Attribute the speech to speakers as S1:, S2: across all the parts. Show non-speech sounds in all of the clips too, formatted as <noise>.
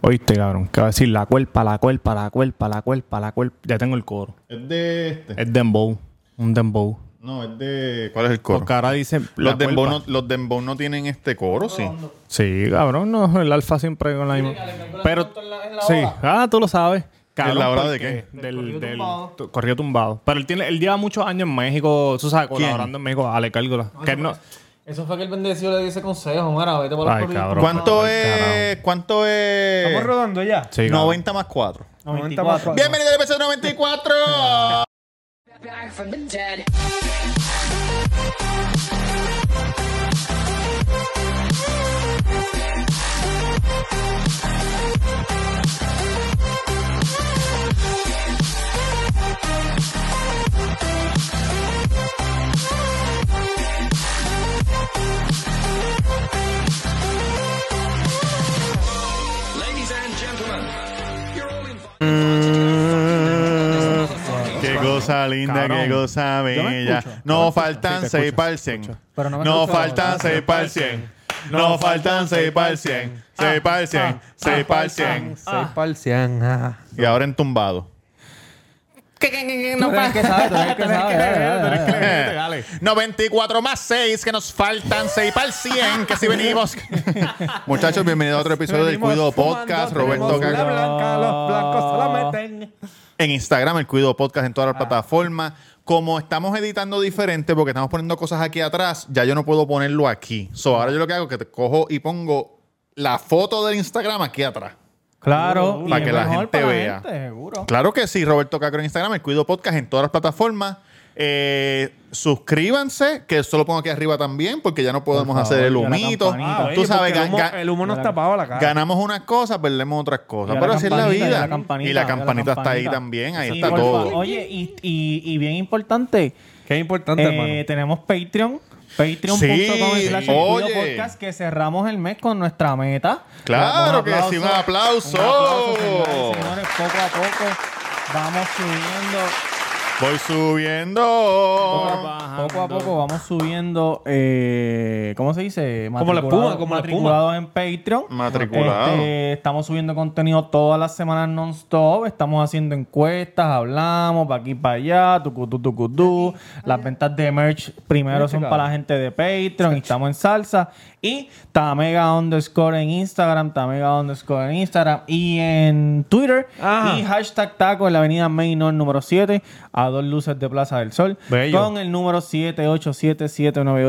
S1: Oíste, cabrón, que va a decir la cuerpa, la cuerpa, la cuerpa, la cuerpa, la cuerpa. Ya tengo el coro.
S2: Es de este.
S1: Es dembow. Un dembow.
S2: No, es de. ¿Cuál es el coro?
S1: Porque ahora dicen.
S2: Los
S1: la
S2: dembow, no,
S1: cuerpa.
S2: los dembow no tienen este coro, sí.
S1: Sí, cabrón, no. El alfa siempre con la misma. Pero. Sí, ah, tú lo sabes. Cabrón,
S2: la hora de
S1: porque
S2: qué?
S1: Del,
S3: corrido
S1: del-
S3: tumbado.
S1: tu- corrido tumbado. Pero él, tiene, él lleva muchos años en México, tú sabes, colaborando en México, Ale Cárgola. que él no,
S3: pues, Eso fue que el bendecido le dio ese consejo, mira, vete para
S1: Ay,
S3: los corridos.
S1: cabrón.
S2: ¿Cuánto
S1: Ay,
S2: es? ¿Cuánto es?
S4: Estamos rodando ya.
S1: sí, cabrón.
S2: 90 más 4.
S4: 90 más cuatro.
S2: Bienvenido al episodio 94.
S5: back from the dead.
S2: Qué cosa linda,
S1: Cabrón.
S2: qué cosa bella. No faltan 6 para el 100.
S4: Pero no me
S2: No
S4: escucho.
S2: faltan 6 para el 100. No faltan 6 para el 100. 6 para el 100. 6 para el 100.
S4: 6 para el 100. <laughs> ah.
S2: Y ahora en tumbado.
S4: Tú eres el
S3: <laughs>
S4: que sabe, tú eres
S1: <laughs>
S4: el que sabe. dale, dale, dale.
S2: Eh, 94 más 6, que nos faltan 6 para el 100, que si venimos. <laughs> Muchachos, bienvenidos a otro episodio del
S4: Venimos
S2: Cuido
S4: fumando,
S2: Podcast.
S4: tenemos
S2: Roberto
S4: La
S2: Cagro.
S4: blanca, los blancos se la meten.
S2: En Instagram, el Cuido Podcast, en todas
S4: Ah.
S2: las plataformas. Como estamos editando diferente, porque estamos poniendo cosas aquí atrás, ya yo no puedo ponerlo aquí. So, ahora yo lo que hago es que te cojo y pongo la foto del Instagram aquí atrás.
S4: Claro.
S2: Para que la gente vea.
S4: seguro.
S2: Claro que sí, Roberto Cacro en Instagram, el Cuido Podcast en todas las plataformas. Eh, suscríbanse, que eso lo pongo aquí arriba también, porque ya no podemos hacer el
S1: y a la
S2: humito.
S1: campanita.
S4: Ah,
S2: Tú
S4: oye,
S2: sabes,
S4: porque el
S2: ga-
S4: humo,
S2: ga-
S4: el humo nos tapaba la cara.
S2: ganamos unas cosas, perdemos otras cosas.
S1: Y a la
S2: Pero así es la
S1: campanita, y a
S2: vida.
S1: la
S2: y
S1: campanita, y a
S2: la
S1: la
S2: campanita está ahí
S1: campanita.
S2: también, ahí
S1: Sí,
S2: está
S1: por
S2: todo.
S1: favor. Oye, y, y- y bien importante,
S4: Qué importante,
S1: eh,
S4: hermano.
S1: tenemos Patreon. Patreon.com
S2: Sí,
S1: slash
S2: oye.
S1: Cuido podcast que cerramos el mes con nuestra meta.
S2: Claro que
S1: Damos
S2: sí, un
S1: Un aplauso,
S2: aplauso.
S1: señoras y señores, poco a poco vamos subiendo,
S2: Voy subiendo.
S1: poco a poco vamos subiendo, eh, ¿cómo se dice?
S4: Como la espuma,
S1: Matriculados-
S4: como la espuma.
S1: matriculados en Patreon.
S2: Matriculado.
S1: Este, estamos subiendo contenido todas las semanas non-stop. Estamos haciendo encuestas, hablamos, para aquí, para allá, tucutú, tucutú. Las ventas de merch primero son para la gente de Patreon y estamos en salsa. Y Tamega underscore en Instagram, Tamega underscore en Instagram y en Twitter.
S4: Ajá.
S1: Y hashtag taco en la avenida Mainor número 7, a dos luces de Plaza del Sol.
S4: Bello.
S1: Con el número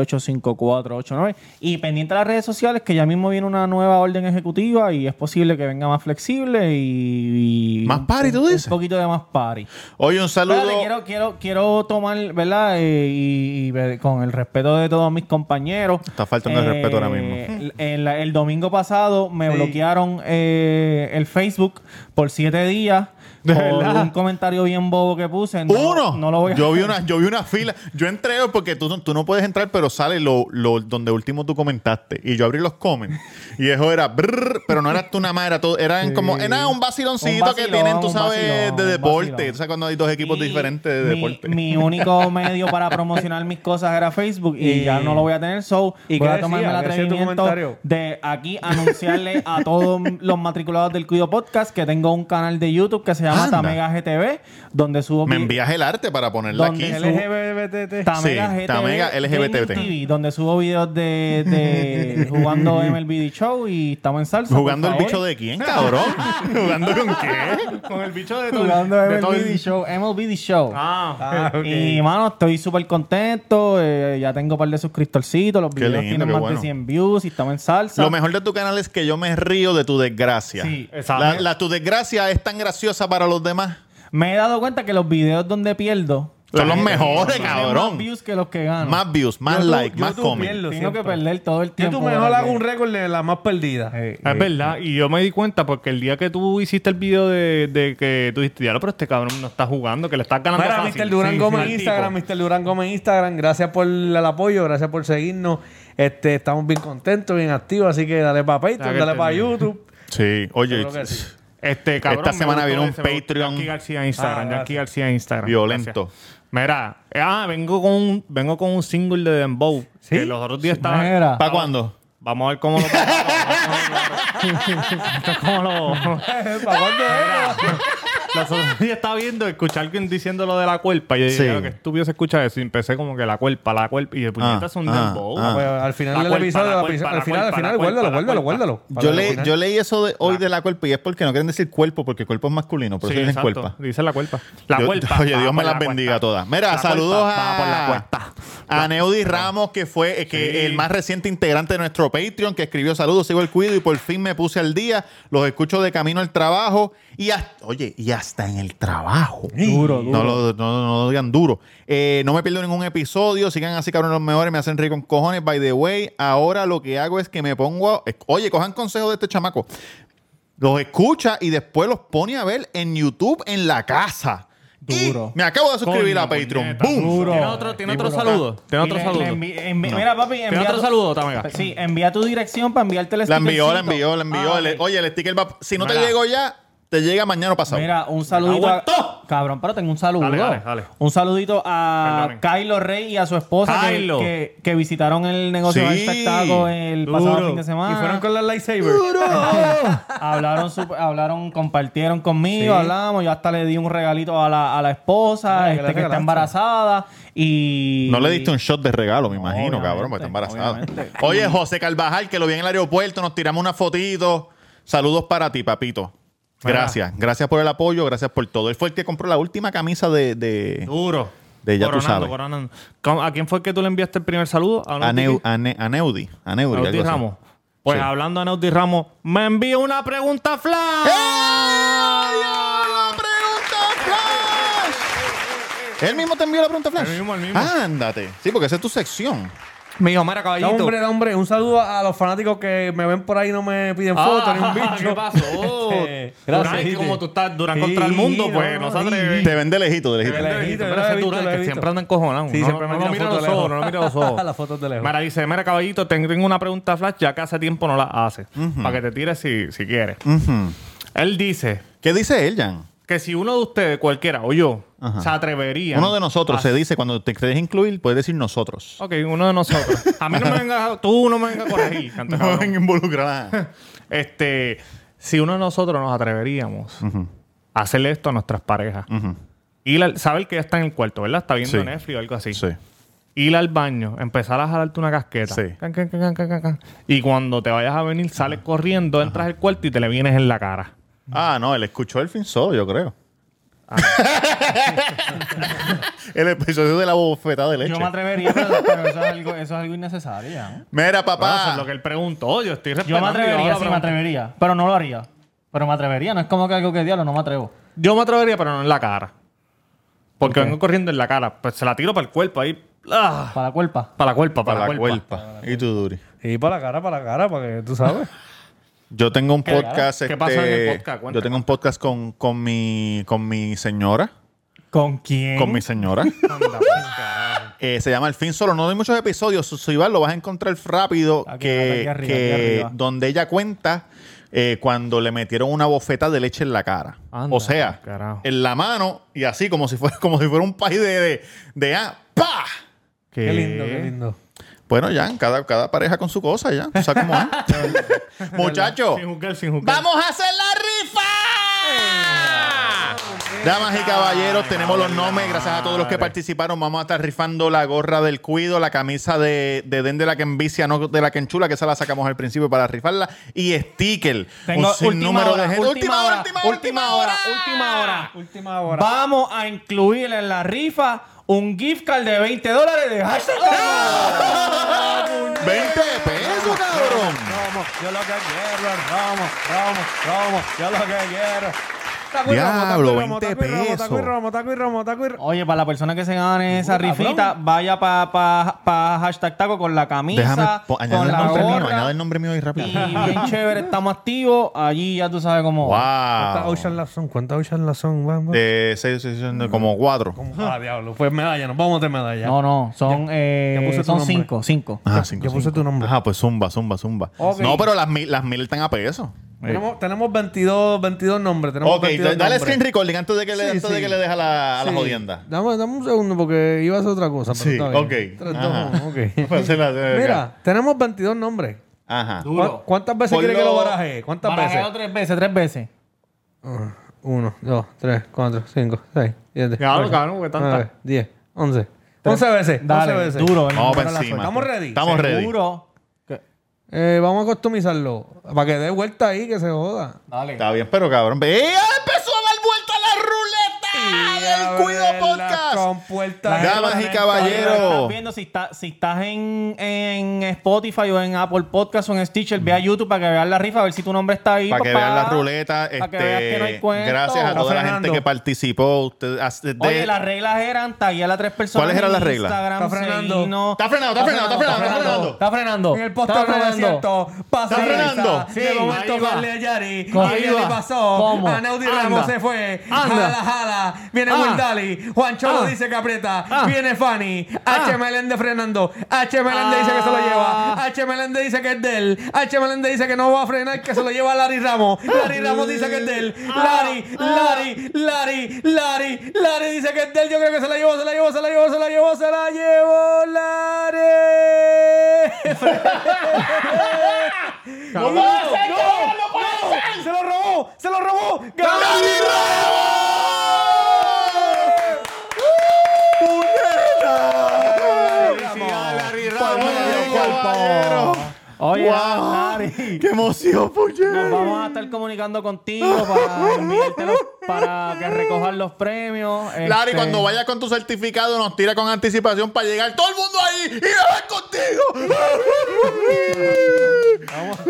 S1: 787-798-5489. Y pendiente a las redes sociales, que ya mismo viene una nueva orden ejecutiva y es posible que venga más flexible y. y
S2: Más party, tú
S1: un-
S2: dices.
S1: Un poquito de más party.
S2: Oye, un saludo.
S1: Espérate, quiero, quiero, quiero tomar, ¿verdad? Eh, y, y ver- con el respeto de todos mis compañeros. Eh,
S2: Está faltando el respeto ahora mismo.
S1: el- El, el domingo pasado me bloquearon eh, el Facebook por siete días. Por
S4: verdad?
S1: un comentario bien bobo que puse. No,
S2: Uno.
S1: No lo voy a
S2: yo, vi una, yo vi una fila. Yo entré porque tú, tú no puedes entrar, pero sale lo, lo- donde último tú comentaste. Y yo abrí los comments. Y eso era brrr, pero no eras tú nada más. Era todo, eran como, era un vaciloncito
S1: Un vacilón,
S2: que tienen, tú
S1: un
S2: sabes,
S1: vacilón,
S2: de
S1: un
S2: deporte. O
S1: vacilón.
S2: sea, cuando hay dos equipos
S1: Y
S2: diferentes de
S1: mi,
S2: deporte. <laughs>
S1: Mi único medio para promocionar mis cosas era Facebook y,
S4: Y-
S1: ya no lo voy a tener. So,
S4: ¿Y
S1: voy
S4: qué
S1: a tomarme el
S4: decía? ¿Qué decía tu
S1: atrevimiento
S4: comentario?
S1: de aquí anunciarle a todos los matriculados del Cuido Podcast que tengo un canal de YouTube que se llama
S2: Anda.
S1: Tamega GTV, donde subo
S2: Me
S1: mi-
S2: envías el arte para ponerla
S1: Donde
S2: aquí.
S1: el-
S4: LGBT.
S1: Tamega
S2: Sí,
S1: GTV,
S2: Tamega LGBT.
S1: Gaming TV, donde subo videos de,
S2: <laughs>
S1: de jugando MLB The Show y estamos en salsa.
S2: ¿Jugando el
S1: por
S2: bicho
S1: favor.
S2: de quién, cabrón?
S1: <laughs>
S2: ¿Jugando con qué?
S4: Con el bicho de
S1: Jugando MLB The Show, MLB The Show.
S4: Ah, ok.
S1: <laughs> Y, mano, estoy súper contento. eh, ya tengo un par de suscriptorcitos. Los
S2: Qué
S1: videos
S2: lindo,
S1: tienen
S2: qué
S1: más
S2: bueno.
S1: de 100 views y estamos en salsa.
S2: Lo mejor de tu canal es que yo me río de tu desgracia.
S1: Sí,
S4: exacto.
S2: La, la- tu desgracia es tan graciosa para los demás.
S1: Me he dado cuenta que los videos donde pierdo
S2: Son los mejores,
S1: tienen más
S2: cabrón.
S1: views que los que
S6: Ah,
S1: gano.
S2: Más views, más
S4: YouTube-
S2: likes, más
S4: YouTube
S2: comments.
S4: pierde.
S1: Tengo
S4: siempre.
S1: que perder todo el
S4: Yo
S1: tiempo.
S4: tú mejor
S1: para
S4: hago
S1: que-
S4: un récord de la más perdida.
S1: Eh,
S6: Ah,
S1: eh,
S6: Es verdad, y yo me di cuenta porque el día que tú hiciste el video de, de que tú dijiste, diablo, pero este cabrón no está jugando, que le estás ganando
S4: Mira,
S6: fácil".
S4: Mr. Durán
S6: Sí,
S4: Gómez
S6: sí,
S4: en
S6: al
S4: Instagram,
S6: tipo.
S4: Mr. Durán Gómez en Instagram. Gracias por el apoyo, gracias por seguirnos. Este, estamos bien contentos, bien activos, así que dale para
S6: Ya
S4: Patreon,
S6: que
S4: dale para
S6: termine. <laughs>
S4: YouTube. <laughs>
S2: Sí, oye,
S4: Seguro que sí.
S6: Este, cabrón,
S2: Esta
S6: me
S2: semana
S6: gustó
S2: viene un
S6: ese, me gustó.
S2: Patreon.
S6: Yankee García en Instagram,
S4: Ah,
S6: Yankee García en Instagram.
S2: Violento.
S6: Gracias. Mira, eh, ah, vengo con un, vengo con un single de Dembow.
S4: ¿Sí?
S6: Que los otros días estaba.
S1: mira.
S4: <laughs>
S2: ¿para cuándo?
S6: Vamos a ver cómo lo Esto es como
S4: <laughs>
S6: lo... Los <laughs> otros días estaba viendo, escuchar alguien diciendo lo de la cuerpa. Y yo dije,
S2: Sí.
S6: "Ah, qué estúpido se escucha eso. Y empecé como que la cuerpa, la cuerpa. Y de puñetas son
S2: ah,
S6: dembow.
S2: ah.
S4: Pues, al
S6: La
S4: final del
S6: cuerpa,
S4: episodio,
S6: la
S4: la
S6: cuerpa,
S4: prisión-
S6: la
S4: al final, al
S6: cuerpa,
S4: final,
S6: la
S4: guárdalo,
S6: cuerpa, la
S4: guárdalo, guárdalo.
S2: Yo,
S4: Para
S2: le,
S4: final.
S2: yo leí eso de hoy de la cuerpa y es porque no quieren decir cuerpo, porque el cuerpo es masculino, por
S6: Sí,
S2: eso dicen
S6: exacto.
S2: cuerpa.
S6: Dice la cuerpa. La
S2: Yo-
S6: cuerpa.
S2: <laughs> Oye,
S6: va
S2: Dios me
S6: por
S2: las
S6: la
S2: bendiga
S6: cuerpa.
S2: todas. Mira,
S6: La
S2: saludos
S6: cuerpa va por la
S2: a,
S6: cuerpa.
S2: a Neudi Ramos, que fue eh, que
S6: Sí.
S2: el más reciente integrante de nuestro Patreon, que escribió saludos, sigo el cuido y por fin me puse al día. Los escucho de camino al trabajo y hasta, oye, y hasta en el trabajo.
S1: Duro,
S2: No lo,
S1: duro.
S2: no, no lo digan duro. Eh, no me pierdo ningún episodio. Sigan así, cabrón, los mejores. Me hacen rico con cojones. By the way, ahora lo que hago es que me pongo a- Oye, cojan consejo de este chamaco. Los escucha y después los pone a ver en YouTube en la casa. Y
S1: Duro.
S2: me acabo de suscribir
S6: Coño,
S2: a Patreon.
S6: puñeta.
S2: ¡Boom!
S1: Duro.
S6: Tiene otro, tiene otro
S1: Duro.
S6: saludo. Tiene
S1: Y
S6: otro
S1: le-
S6: saludo.
S1: le envi- envi- Mira, papi, envía
S6: otro
S1: tu-
S6: saludo, Tamega.
S1: Sí, envía tu dirección para enviarte el
S2: La envió, la
S1: stickercito.
S2: envió, la envió.
S1: Ah,
S2: Le-
S1: ok.
S2: Oye, el sticker va. Si no te
S6: Mira.
S2: llegó ya, te llega mañana o pasado.
S1: Mira, un saludito. a-
S6: ¡Aguantó!
S1: Cabrón, pero tengo un saludo.
S6: Dale, dale, dale.
S1: Un saludito a
S6: Perdonen.
S1: Kylo Rey y a su esposa que-
S6: Kylo.
S1: Que, que visitaron el negocio
S2: Sí.
S1: de espectáculo el
S6: Duro.
S1: pasado fin de semana.
S4: Y fueron <laughs> con las lightsabers.
S1: hablaron, su- hablaron, compartieron conmigo, hablamos. Yo hasta le di un regalito a la, a la esposa,
S4: Ah, que
S1: este,
S4: le
S1: que está
S4: regalaste.
S1: embarazada. Y.
S2: No le diste un shot de regalo, me imagino,
S1: Obviamente,
S2: cabrón, porque está embarazada.
S1: obviamente.
S2: Oye, José Carvajal, que lo vi en el aeropuerto, nos tiramos una fotito. Saludos para ti, papito. Gracias, gracias por el apoyo, gracias por todo. Él fue el que compró la última camisa de. de-
S6: Duro.
S2: De ya tú
S6: Coronando,
S2: sabes.
S6: coronando. ¿Cómo- ¿A quién fue que tú le enviaste el primer saludo? ¿A
S2: a,
S6: Nauti?
S2: Neu- a Ne- a Neudi. A Neudi.
S6: Nauti
S2: algo así.
S6: Ramos. Pues
S2: Sí.
S6: hablando a Nauti Ramos, me envía una pregunta flash.
S2: ¡Eh! ¡La pregunta flash! Él mismo te envió la pregunta flash.
S6: El mismo, el mismo.
S2: Ándate. Sí, porque esa es tu sección.
S6: Me dijo, mira,
S4: No,
S6: caballito.
S4: hombre, no, hombre, un saludo a los fanáticos que me ven por ahí y no me piden
S6: Ah,
S4: fotos ni un bicho.
S6: <laughs> ¿Qué pasó?
S4: <laughs> Este,
S6: Durán,
S4: gracias,
S6: que
S4: ¿viste?
S6: como tú estás Durán
S4: Sí,
S6: contra el mundo, pues
S4: no,
S6: no se
S4: sí.
S6: atreve.
S2: Te vende lejito, de lejito.
S4: Te vende lejito,
S6: Pero
S4: lo he
S6: ese
S4: visto,
S6: Durán
S4: lo he
S6: que
S4: visto.
S6: siempre anda encojonado.
S4: Sí,
S6: no, no,
S4: siempre me
S6: no
S4: tira
S6: mira
S4: fotos
S6: los
S4: de
S6: ojos,
S4: lejos.
S6: no mira los
S4: <laughs>
S6: ojos.
S4: Las fotos de lejos.
S6: Mara dice, mira caballito, te- tengo una pregunta flash, ya que hace tiempo no la hace. Para que te tires si, si quieres.
S2: Ujú.
S6: Él dice
S2: ¿Qué dice él, Jan?
S6: que si uno de ustedes, cualquiera, o yo,
S2: Ajá.
S6: se atrevería.
S2: Uno de nosotros
S6: a-
S2: se dice, cuando te quieres incluir, puedes decir nosotros.
S6: Ok, uno de nosotros. A mí no me venga, tú no me vengas a
S4: <laughs>
S6: corregir, canto cabrón.
S2: involucrar
S6: Este, si uno de nosotros nos atreveríamos a hacerle esto a nuestras parejas, ir al- saber que ya está en el cuarto, ¿verdad? Está viendo
S2: Sí.
S6: Netflix o algo así.
S2: Sí.
S6: Ir al baño, empezar a jalarte una casqueta.
S2: Sí.
S6: Can, can, can, can, can, can, can. Y cuando te vayas a venir, sales corriendo, entras al cuarto y te le vienes en la cara.
S2: Ah, no, él escuchó el fin solo, yo creo.
S6: Ah,
S2: <laughs> el episodio de la bofetada de leche.
S1: Yo me atrevería, pero, pero eso, es algo, eso es algo innecesario. ya, ¿no?
S2: Mira,
S6: Bueno, eso
S2: papá.
S6: es lo que él preguntó. Yo estoy
S1: Yo me
S6: respetando y ahora
S1: atrevería, sí, me
S6: pregunto.
S1: atrevería. Pero no lo haría. Pero me atrevería. No es como que algo que diablo, no me atrevo.
S6: Yo me atrevería, pero no en la cara. Porque vengo corriendo en la cara. Pues se la tiro para el cuerpo ahí. ¡Ah!
S1: Para la culpa.
S6: Para la cuerpa, para,
S2: Para la
S6: la cuerpa.
S2: cuerpa. Y tú, Duri.
S4: Y para la cara, para la cara, para que tú sabes.
S2: Yo tengo un podcast.
S6: ¿Qué
S2: este,
S6: pasó en el podcast? Cuenta,
S2: Yo tengo un podcast con, con, mi, con mi señora.
S1: ¿Con quién?
S2: Con mi
S1: <laughs>
S2: señora.
S6: Anda, pa'l carajo.
S2: Eh, se llama El Fin Solo. No hay muchos episodios. Su- su Iván lo vas a encontrar rápido.
S1: Aquí,
S2: que,
S1: aquí arriba,
S2: que-
S1: aquí arriba.
S2: Donde ella cuenta eh, cuando le metieron una bofeta de leche en la cara.
S6: Anda,
S2: o sea,
S6: carajo.
S2: en la mano y así, como si fuera, <laughs> como si fuera un país de, de, de, ah, ¡pa!
S4: Qué lindo, qué lindo.
S2: Bueno, ya, cada, cada pareja con su cosa, ya. Tú sabes cómo
S1: <laughs>
S2: es. Muchachos,
S6: Sin juzgar, sin juzgar.
S2: ¡Vamos a hacer la rifa!
S1: Eh.
S2: Damas y caballeros, tenemos los nombres. Gracias a todos los que participaron. Vamos a estar rifando la gorra del cuido, la camisa de, de Den de la que envicia, no de la que enchula, que esa la sacamos al principio para rifarla. Y sticker.
S1: Tengo
S2: sinnúmero
S1: última hora,
S2: gente.
S1: última hora, última hora,
S2: última hora.
S4: Última hora.
S1: Vamos a incluir en la rifa un gift card de 20 dólares de hashtag.
S4: ¡Ah!
S2: <laughs> 20 pesos, cabrón.
S1: Romo, yo lo que quiero es Romo, Romo, Romo, yo lo que quiero.
S4: Taco y Romo,
S2: Diablo,
S4: taco y Romo,
S2: 20
S4: taco y Romo,
S2: pesos.
S4: Taco y romo, taco y romo, taco y romo.
S1: Oye, para la persona que se gane esa rifita, vaya para pa, pa hashtag taco con la camisa,
S2: Déjame po- añadir
S1: con
S2: el
S1: la
S2: nombre mío.
S1: gorra.
S2: Añade el nombre mío ahí <laughs> rápido.
S1: y bien chévere, estamos activos. Allí ya tú sabes cómo. va.
S4: ¿Cuántas
S2: ¡Wow!
S4: Ocean Love son? ¿Cuántas Ocean Love son? Vamos.
S2: De seis, seis, seis, como cuatro.
S4: Ah, diablo. Pues medalla, nos vamos de medalla.
S1: No, no, son, eh,
S4: ya puse tu
S1: son
S4: nombre.
S1: cinco, cinco.
S2: Ajá,
S4: Yo- yo puse tu nombre.
S2: Ajá, pues zumba, zumba, zumba.
S1: Ok.
S2: No, pero las mil, las mil están a peso.
S4: Tenemos, tenemos 22, 22 nombres. Tenemos
S2: eh. Ok,
S4: 22
S2: dale
S4: nombres.
S2: screen recording antes de que le,
S4: Sí,
S2: antes de
S4: sí.
S2: que le deja la, a la
S4: Sí.
S1: <laughs>
S2: jodienda.
S4: Dame, dame un segundo porque iba a hacer otra cosa. Pero
S2: Sí,
S4: está bien.
S2: ok. <laughs>
S4: Tres, dos,
S2: Ajá.
S4: uno, ok.
S2: Pues se la- se la-
S4: Mira, tenemos 22 nombres.
S2: Ajá.
S4: ¿Cu- ¿Cuántas veces
S2: Por
S4: quiere que
S2: lo-
S4: lo baraje? ¿Cuántas
S1: Barajeo
S4: veces?
S1: tres veces, tres veces.
S4: Uno, dos, tres, cuatro, cinco, seis, siete.
S6: Cabrón,
S4: ocho,
S6: cabrón, que tanta.
S4: nueve, Diez, once. Once veces.
S1: Dale,
S4: once veces.
S1: duro. el
S2: Vamos
S1: número
S2: para
S1: de la
S2: encima.
S1: suerte.
S4: ¿Estamos ready?
S2: pues Estamos Ah, ready.
S1: Seguro. que-
S4: Eh, vamos a customizarlo. Para que dé vuelta ahí, que se joda.
S1: Dale.
S2: Está bien, pero cabrón. ve- ¡Eh! ¡Empezó a dar vuelta la ruleta del Cuido Podcast!
S4: puerta.
S2: Damas y caballeros.
S1: Estás viendo, si, está- si estás en, en Spotify o en Apple Podcast o en Stitcher, ve a YouTube para que veas la rifa, a ver si tu nombre está ahí.
S2: Mm. Para que
S1: papá.
S2: vean la ruleta.
S1: Para que veas que no hay
S2: Este,
S1: cuento.
S2: gracias a toda la gente
S4: Fernando.
S2: que participó. Usted- as- de-
S1: Oye, las reglas eran taguear a tres personas.
S2: ¿Cuáles eran
S1: en
S2: las reglas?
S1: Instagram,
S4: Está frenando.
S1: seguirnos.
S2: Está frenado, está frenado, está frenado, está frenado.
S1: Está frenando.
S4: En el
S1: Está
S4: postor
S1: frenando.
S4: 900 pasa
S2: Está frenando.
S4: Isa, de
S6: Sí,
S4: momento
S6: ahí va.
S4: Carle a Yari
S1: ¿Cómo?
S4: Ahí
S1: Ahí va.
S4: pasó
S1: ¿Cómo?
S4: a Naudi
S1: Anda.
S4: Ramos se fue
S1: Anda.
S4: jala jala viene
S1: Ah.
S4: Wendali Juan Cholo
S1: Ah.
S4: dice que aprieta
S1: Ah.
S4: viene Fanny
S1: Ah.
S4: H. Melende frenando H. Melende dice que se lo lleva
S1: Ah.
S4: H. Melende dice que es de él H. Melende dice que no va a frenar que se lo lleva Larry Ramos Larry Ramos dice que es de él
S2: Ah.
S4: Larry Larry Larry Larry Larry dice que es de él yo creo que se la llevó se la llevó se la llevó se la llevó se la
S2: <laughs>
S4: llevó Larry
S2: ¡No lo va a hacer, cabrón, no puede ser!
S4: ¡Se lo robó! ¡Se lo robó! ¡Ganó!
S2: Felicidades, Larry
S4: Palma de
S2: Ramos, caballero.
S1: Oye,
S2: Wow.
S1: Larry,
S2: ¡Qué emoción,
S1: nos
S2: puñeta!
S1: vamos a estar comunicando contigo para, enviarte los- para que recojas los premios.
S2: Larry,
S1: este,
S2: cuando vayas con tu certificado, nos tira con anticipación para llegar todo el mundo ahí y grabar contigo.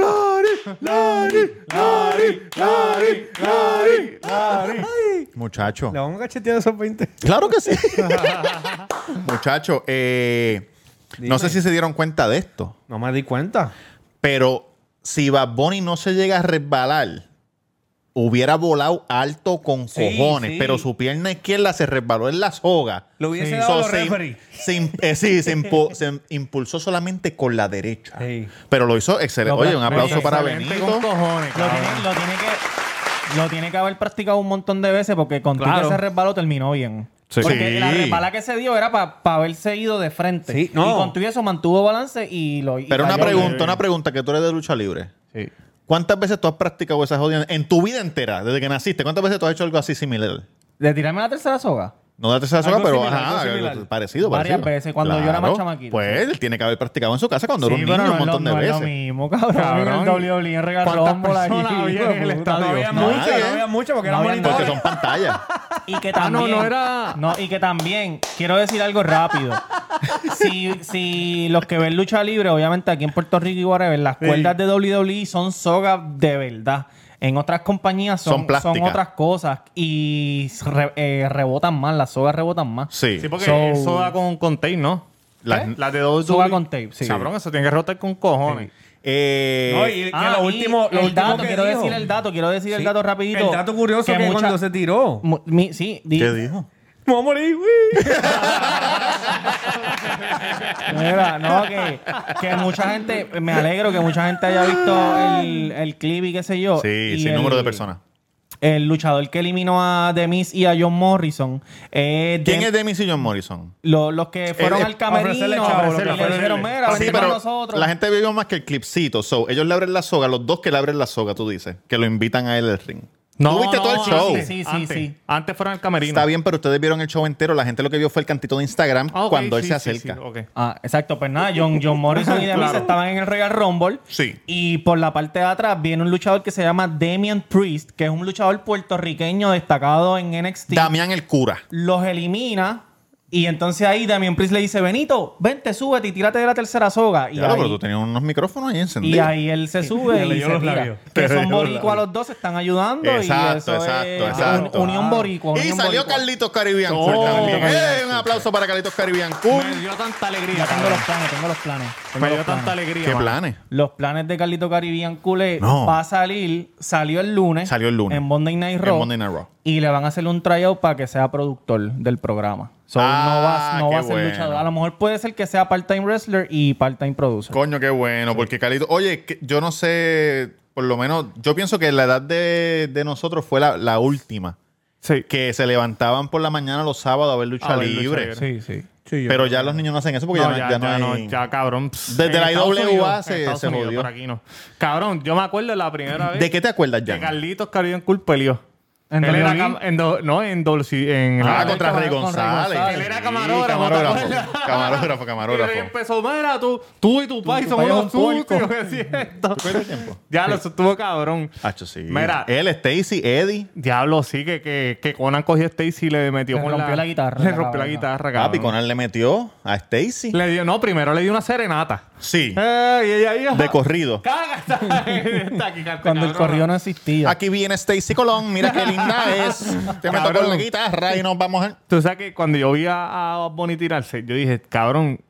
S2: Larry, Larry, Larry, Larry, Larry, Larry. Muchacho.
S4: Le vamos a cachetear esos 20.
S2: Claro que sí. <laughs> Muchacho, eh, no sé si se dieron cuenta de esto,
S4: No me di cuenta.
S2: pero si Bad Bunny no se llega a resbalar, hubiera volado alto con
S4: Sí,
S2: cojones,
S4: sí.
S2: pero su pierna izquierda se resbaló en la soga.
S4: Lo hubiese
S2: Sí.
S4: dado a los
S2: se,
S4: referee.
S2: se im- eh, sí, se, impo- <laughs> se im- impulsó solamente con la derecha.
S4: Sí.
S2: Pero lo hizo excelente. Oye, un aplauso para
S6: Excelente,
S2: Benito.
S6: con cojones,
S1: Lo
S6: cabrón.
S1: tiene, lo tiene que lo tiene que haber practicado un montón de veces porque con todo
S6: Claro.
S1: ese resbalo terminó bien.
S2: Sí.
S1: Porque
S2: Sí.
S1: la resbala que se dio era para haberse ido de frente.
S4: Sí, no.
S1: Y con todo eso mantuvo balance y lo y
S2: Pero una
S1: cayó.
S2: pregunta, una pregunta que tú eres de lucha libre.
S6: Sí.
S2: ¿Cuántas veces tú has practicado esas jodidas en tu vida entera, desde que naciste? ¿Cuántas veces tú has hecho algo así similar?
S1: ¿De tirarme la tercera soga?
S2: No de tercera soga,
S4: Algo
S2: pero
S4: similar,
S2: ajá,
S4: algo similar.
S2: algo parecido,
S1: Varias
S2: parecido.
S1: veces, cuando yo era más chamaquito.
S2: Pues él tiene que haber practicado en su casa cuando era un niño
S1: pero
S2: un
S1: es lo-
S2: montón de
S1: no es
S2: veces.
S1: lo mismo, cabrón.
S6: Cabrón.
S1: En el WWE en
S6: ¿Cuántas
S1: regalón por aquí.
S6: personas había en el
S1: Puta,
S6: estadio?
S1: no había
S2: No.
S1: mucho.
S2: Nadie.
S4: mucho porque
S1: No
S4: eran
S1: habían
S2: Porque
S4: monitores.
S2: son
S1: <laughs>
S2: pantallas.
S1: Y
S4: <laughs>
S1: que
S6: Ah, no,
S1: también.
S6: no era-
S1: No, y que también. Quiero decir
S4: <laughs>
S1: algo rápido. si, si los que ven lucha libre, obviamente aquí en Puerto Rico y whatever, las cuerdas de WWE son sogas de verdad. En otras compañías
S2: Son
S1: son, son,
S2: plásticas.
S1: otras cosas y re- eh, rebotan más, las sogas rebotan más.
S2: Sí.
S6: Sí,
S2: Sí,
S6: porque
S1: So-
S6: eso da con, con tape, ¿no? ¿Eh?
S2: Las-
S6: Las de dos
S1: Soga con tape, sí.
S6: Cabrón, eso tiene que rotar con cojones.
S2: eh,
S4: No, y-
S1: Ah,
S4: que lo
S1: y
S4: último- lo
S1: el
S4: último
S1: dato,
S4: que
S1: quiero
S4: dijo.
S1: decir el dato, quiero decir el dato rapidito.
S4: El dato curioso que,
S1: mucha-
S4: cuando se tiró.
S1: mu- mi- sí, di-
S2: ¿Qué dijo?
S4: Me voy a morir, güey.
S1: Mira, no, que, que mucha gente, me alegro que mucha gente haya visto el, el clip y qué sé yo.
S2: Sí,
S1: Y
S2: sin
S1: el-
S2: número de personas.
S1: El luchador que eliminó a Demis y a John Morrison. eh,
S2: ¿Quién
S1: de-
S2: es Demis y John Morrison?
S1: lo- los que fueron
S2: eh, Ah,
S1: al camerino
S4: ofrecerle chavo,
S1: y le
S4: ofrecerle.
S1: dijeron, mira,
S2: sí,
S1: vente con
S2: pero
S1: nosotros.
S2: la gente vio más que el clipcito. So, ellos le abren la soga, los dos que le abren la soga, tú dices, que lo invitan a él al ring. tú viste todo el show.
S1: sí, sí, sí,
S6: antes,
S1: sí.
S6: Antes fueron al camerino.
S2: Está bien, pero ustedes vieron el show entero. La gente lo que vio fue el cantito de Instagram
S6: Ah, ok,
S2: cuando él
S6: sí,
S2: se
S6: sí,
S2: acerca.
S6: sí, ok.
S1: Ah, exacto, pues nada, John, John
S2: <laughs>
S1: Morrison y Demis
S6: Claro.
S1: estaban en el Regal Rumble.
S2: Sí.
S1: Y por la parte de atrás viene un luchador que se llama Damian Priest, que es un luchador puertorriqueño destacado en NXT.
S2: Damián el cura.
S1: los elimina. Y entonces ahí Damian Priest le dice, Benito, vente, súbete y tírate de la tercera soga. Y,
S2: Claro,
S1: ahí,
S2: pero tú tenías unos micrófonos ahí
S1: y
S2: encendidos.
S1: ahí él
S4: <laughs>
S1: se sube
S4: le
S1: y
S4: leyó
S1: se
S4: los
S1: tira.
S4: labios.
S1: Que
S2: <laughs> Te
S1: son
S2: leyó los
S1: boricua
S2: labios.
S1: los dos, se están ayudando.
S2: Exacto,
S1: y eso
S2: exacto,
S1: es un-
S2: exacto. Ah.
S1: unión boricua.
S2: Y
S1: unión
S2: salió
S1: boricua.
S2: Carlitos Caribbean Cool
S6: Oh,
S2: también.
S6: Carlitos
S2: ¡Eh! un aplauso para Carlitos Caribbean Cool.
S6: Me dio tanta alegría.
S1: Ya tengo
S6: cabrón.
S1: los planes, tengo los planes. tengo
S6: Me
S1: los
S6: dio
S1: planes.
S6: tanta alegría.
S2: ¿Qué
S6: mano.
S2: planes?
S1: Los planes de Carlito Caribbean Cule
S2: No.
S1: va a salir, salió el lunes.
S2: Salió el lunes.
S1: En Monday Night
S2: En
S1: Raw.
S2: Monday Night Raw.
S1: Y le van a hacer un tryout para que sea productor del programa. So,
S2: Ah,
S1: no va, no va a
S2: qué
S1: ser
S2: bueno.
S1: luchador. A lo mejor puede ser que sea part-time wrestler y part-time producer.
S2: Coño, qué bueno, porque Carlitos. Oye, que- yo no sé, por lo menos, yo pienso que la edad de, de nosotros fue la, la última.
S6: Sí.
S2: Que se levantaban por la mañana los sábados a ver lucha
S6: A ver lucha
S2: libre.
S6: libre.
S1: Sí, sí.
S4: Sí, yo
S2: Pero
S4: creo
S2: ya los niños no hacen eso porque
S6: No,
S2: ya,
S6: ya,
S2: no-
S6: ya
S2: ya no
S6: no,
S2: hay...
S6: ya, cabrón. pss,
S2: Desde
S6: en
S2: la
S6: Estados
S2: IWA
S6: Unidos,
S2: se-
S6: en Estados
S2: se
S6: Unidos,
S2: jodió.
S6: por aquí no. Cabrón, yo me acuerdo la primera vez
S2: ¿De qué te acuerdas,
S6: que
S2: ya?
S6: Carlitos Carrión Cool peleó.
S1: ¿En
S6: él era
S1: WWE?
S6: cam- en do- no, en, Dolci- en
S2: Ah,
S6: la-
S2: contra Rey
S1: González.
S2: González.
S1: Él
S6: era camarógrafo, ¿te acuerdas?
S2: Camarógrafo,
S6: Y
S2: camarógrafo,
S6: ahí
S2: camarógrafo.
S6: empezó, mira, tú, tú y tu país
S1: tu
S6: son
S1: pai es
S6: unos
S1: un puerco".
S6: <laughs> sucios, ¿qué es esto?
S2: ¿Cuánto tiempo?
S6: Ya lo sostuvo cabrón.
S2: Hacho, sí.
S6: Mira.
S2: Él, Stacy, Eddie.
S6: Diablo, sí, que, que, que Conan cogió a Stacy y le metió
S1: Le
S6: con
S1: rompió la guitarra,
S6: Le rompió la
S1: cabrón.
S6: guitarra, cabrón.
S2: Papi, Conan le metió a Stacy.
S6: Le dio, no, primero le dio una serenata.
S2: Sí,
S6: Ey, ey, ey,
S2: de corrido.
S6: Cágate. <laughs> Está aquí, cante,
S1: <laughs> Cuando el
S6: cabrón.
S1: corrido no existía.
S2: Aquí viene Stacy Colón, mira
S6: <laughs>
S2: qué linda es. Te meto con la guitarra y nos vamos a...
S6: Tú sabes que cuando yo vi a, a Bad Bunny tirarse, yo dije, cabrón,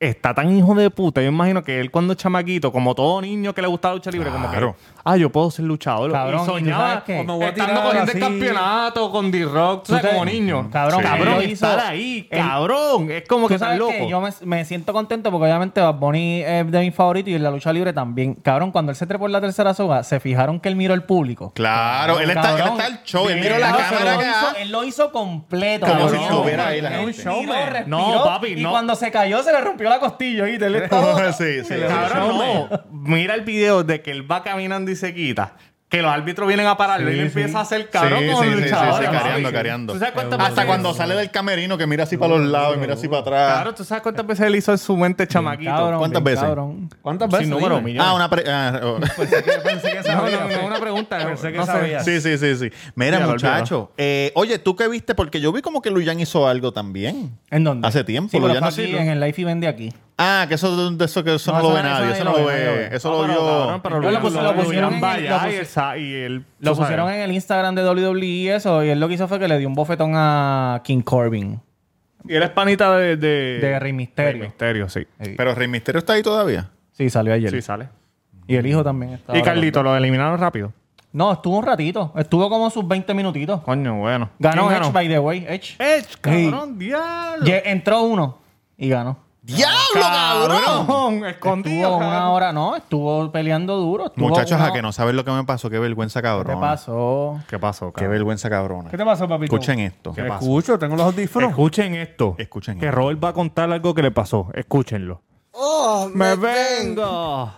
S6: está tan hijo de puta. Yo imagino que él cuando chamaquito, como todo niño que le gusta la lucha libre, como
S2: Claro.
S6: que, ah, yo puedo ser luchador. y
S1: Cabrón, ¿y tú sabes
S6: soñaba
S1: qué?
S4: Me voy a
S6: estando
S4: tirar
S6: corriendo el
S4: así.
S6: campeonato con D-Rock, tú
S1: Tú
S6: sabes, como
S1: te-
S6: niño.
S1: Cabrón,
S2: Sí.
S6: Cabrón,
S1: él lo hizo-
S6: estar ahí,
S1: él-
S6: cabrón. Es como que
S1: Tú sabes
S6: estás loco.
S1: que yo me, me siento contento porque obviamente Bad Bunny es de mis favoritos y en la lucha libre también. Cabrón, cuando él se trepó en la tercera soga, se fijaron que él miró el público.
S2: Claro, él está, él
S1: Cabrón.
S2: está al show, él
S1: Sí,
S2: miró la
S1: no,
S2: cámara
S1: pero él
S2: acá.
S1: hizo- él lo hizo completo.
S2: Como
S1: cabrón.
S2: si estuviera ahí la
S1: Él
S2: gente.
S1: miró, respiró,
S6: No, papi,
S1: y
S6: no.
S1: cuando se cayó se le rompió la costilla, ¿viste? Él
S2: <laughs>
S1: estaba-
S2: sí, sí.
S6: Cabrón, no. Mira el video de que él va caminando y se quita. Que los árbitros vienen a pararlo y le empieza a hacer cabrón
S2: sí,
S6: con
S2: sí,
S6: el
S2: sí,
S6: luchador.
S2: sí, sí,
S6: papi.
S2: careando, careando.
S6: ¿Tú sabes cuántas
S2: Hasta
S6: veces-
S2: cuando sale del camerino que mira así para los lados y mira así para atrás.
S6: Claro, ¿tú sabes cuántas veces él hizo en su mente chamaquito?
S1: Cabrón,
S2: ¿Cuántas
S1: bien,
S2: veces?
S1: cabrón.
S4: ¿Cuántas veces?
S6: Sin número,
S4: Dime.
S6: mi-
S2: Ah, una pre- ah, oh.
S4: Pensé <laughs> que
S6: No,
S4: sabía.
S6: no, no, Ah, una pregunta.
S4: Pensé que
S6: no sé.
S4: <laughs> sabía.
S2: Sí, sí, sí, sí. Mira,
S6: Ya lo
S2: muchacho. eh, oye, ¿tú qué viste? Porque yo vi como que Luyan hizo algo también.
S1: ¿En dónde?
S2: Hace tiempo,
S1: Sí,
S2: lo
S1: pero
S2: ya
S1: fue
S2: no
S1: aquí,
S2: sirve.
S1: en el live event de aquí.
S2: Ah, que eso, de eso, que eso no,
S1: No,
S2: lo
S1: eso-
S2: ve
S1: eso
S2: nadie.
S1: nadie
S2: Eso
S1: lo
S2: no lo
S1: ve, nadie lo
S2: ve.
S1: ve.
S2: Eso lo vio.
S6: Cabrón, pero
S1: Yo lo puse- lo
S6: lo
S1: pusieron
S6: pusieron
S1: en-
S6: vaya,
S1: lo pusi-
S6: y el sa- y el-
S1: Lo
S6: tú sabes.
S1: pusieron en el Instagram de WWE y eso, y él lo que hizo fue que le dio un bofetón a King Corbin
S6: Y él es panita de... De,
S1: de Rey
S6: Rey
S1: Misterio.
S6: Misterio, sí.
S2: Pero Rey Misterio está ahí todavía.
S1: Sí, salió ayer.
S6: Sí, sale.
S1: Y el hijo también estaba.
S6: Y Carlito, lo eliminaron rápido.
S1: No, estuvo un ratito. Estuvo como sus 20 minutitos.
S6: Coño, bueno.
S1: Ganó
S6: ¿Quién
S1: Edge, by the way. Edge.
S6: Edge, cabrón, diablo.
S1: Ye- entró uno y ganó.
S2: ¡Diablo, cabrón!
S6: Escondido,
S1: Estuvo
S6: cabrón.
S1: una hora, no. Estuvo peleando duro. estuvo
S2: Muchachos,
S1: una-
S2: a que no sabes lo que me pasó. Qué vergüenza,
S1: ¿Qué te
S2: cabrón.
S1: pasó?
S6: ¿Qué pasó,
S2: Qué
S6: cabrón?
S2: vergüenza, cabrón.
S4: ¿Qué te pasó, papito?
S2: Escuchen esto.
S6: ¿Qué pasó?
S4: Escucho, tengo los audífonos.
S6: Escuchen esto.
S2: Escuchen
S6: Que
S2: esto.
S6: Robert va a contar algo que le pasó. Escúchenlo. ¡Oh, me vengo!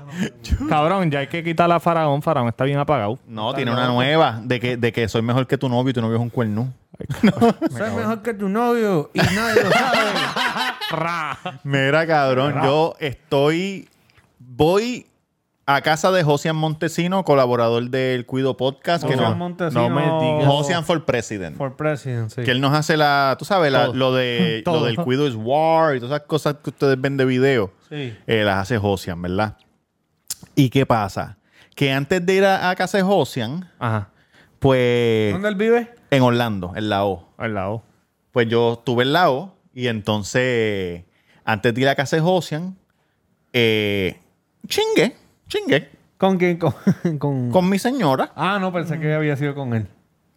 S6: Cabrón, ya hay que quitar a Faraón. Faraón está bien apagado.
S2: No, tiene una nueva de que, de que soy mejor que tu novio y tu novio es un cuernú.
S4: Soy mejor que tu novio y nadie lo sabe. <laughs>
S6: Ra.
S2: Mira, cabrón, yo estoy. Voy a casa de Josian Montesino, colaborador del Cuido Podcast. que
S4: Josian
S2: nos-
S4: Montesino.
S6: no me digas.
S2: Josian for President.
S4: For president, sí.
S2: Que él nos hace la, tú sabes, la-
S4: <laughs> Todo.
S2: lo, de, lo del Cuido is War y todas esas cosas que ustedes ven de video.
S4: Sí.
S2: Eh, las hace Josian, ¿verdad? ¿Y qué pasa? Que antes de ir a, a casa de Josian,
S6: Ajá.
S2: pues
S4: ¿Dónde él vive?
S2: en Orlando, en la O.
S6: Al lado.
S2: Pues yo estuve en la O y entonces, antes de ir a casa de Josian, eh, chingue, chingue,
S4: ¿Con quién? Con, <laughs> con-
S2: con mi señora.
S4: Ah, no, pensé que había sido con él.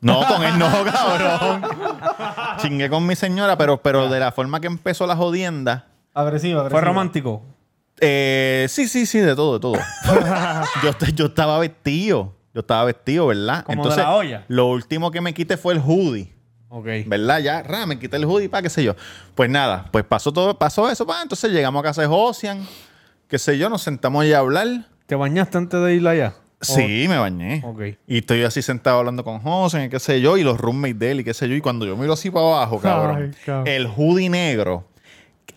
S2: No, con él no, <laughs> cabrón. chingue con mi señora, pero, pero de la forma que empezó la jodienda.
S1: Agresivo, agresivo.
S4: Fue romántico.
S2: Eh, sí, sí, sí, de todo, de todo.
S4: <laughs>
S2: yo, est- yo estaba vestido. Yo estaba vestido, ¿verdad?
S4: Como de la olla.
S2: Lo último que me quité fue el hoodie.
S4: Ok.
S2: ¿Verdad? Ya, ra, me quité el hoodie, para qué sé yo. Pues nada, pues pasó todo, pasó eso, pa, entonces llegamos a casa de Josian, qué sé yo, nos sentamos allá a hablar.
S4: ¿Te bañaste antes de ir allá?
S2: Sí, me bañé.
S4: Ok.
S2: Y estoy así sentado hablando con Josian, y qué sé yo, y los roommates de él, y qué sé yo. Y cuando yo miro así para abajo, cabrón,
S6: Ay, cabrón.
S2: el hoodie negro,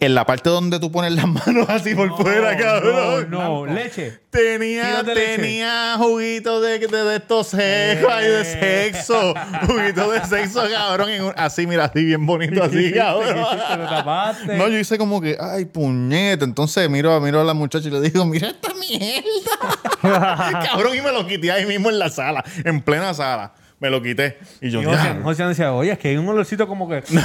S2: en la parte donde tú pones las manos así por fuera, cabrón.
S4: No, no, leche.
S2: Tenía,
S4: Tiros de leche.
S2: tenía juguito de, de, de estos sexos ay, de
S4: Eh. <laughs>
S2: sexo. Juguito de sexo, cabrón. en un- así, mira, así bien bonito, así,
S4: Te lo
S2: cabrón.
S4: tapaste.
S2: No, yo hice como que, ay, puñeta. Entonces miro, miro a la muchacha y le digo, mira esta
S4: <laughs>
S2: mierda. cabrón, y me lo quité ahí mismo en la sala, en plena sala. Me lo quité. Y yo,
S4: Y
S2: "Diablo".
S4: José, José decía, oye, es que hay un olorcito
S2: <laughs>
S4: como que... como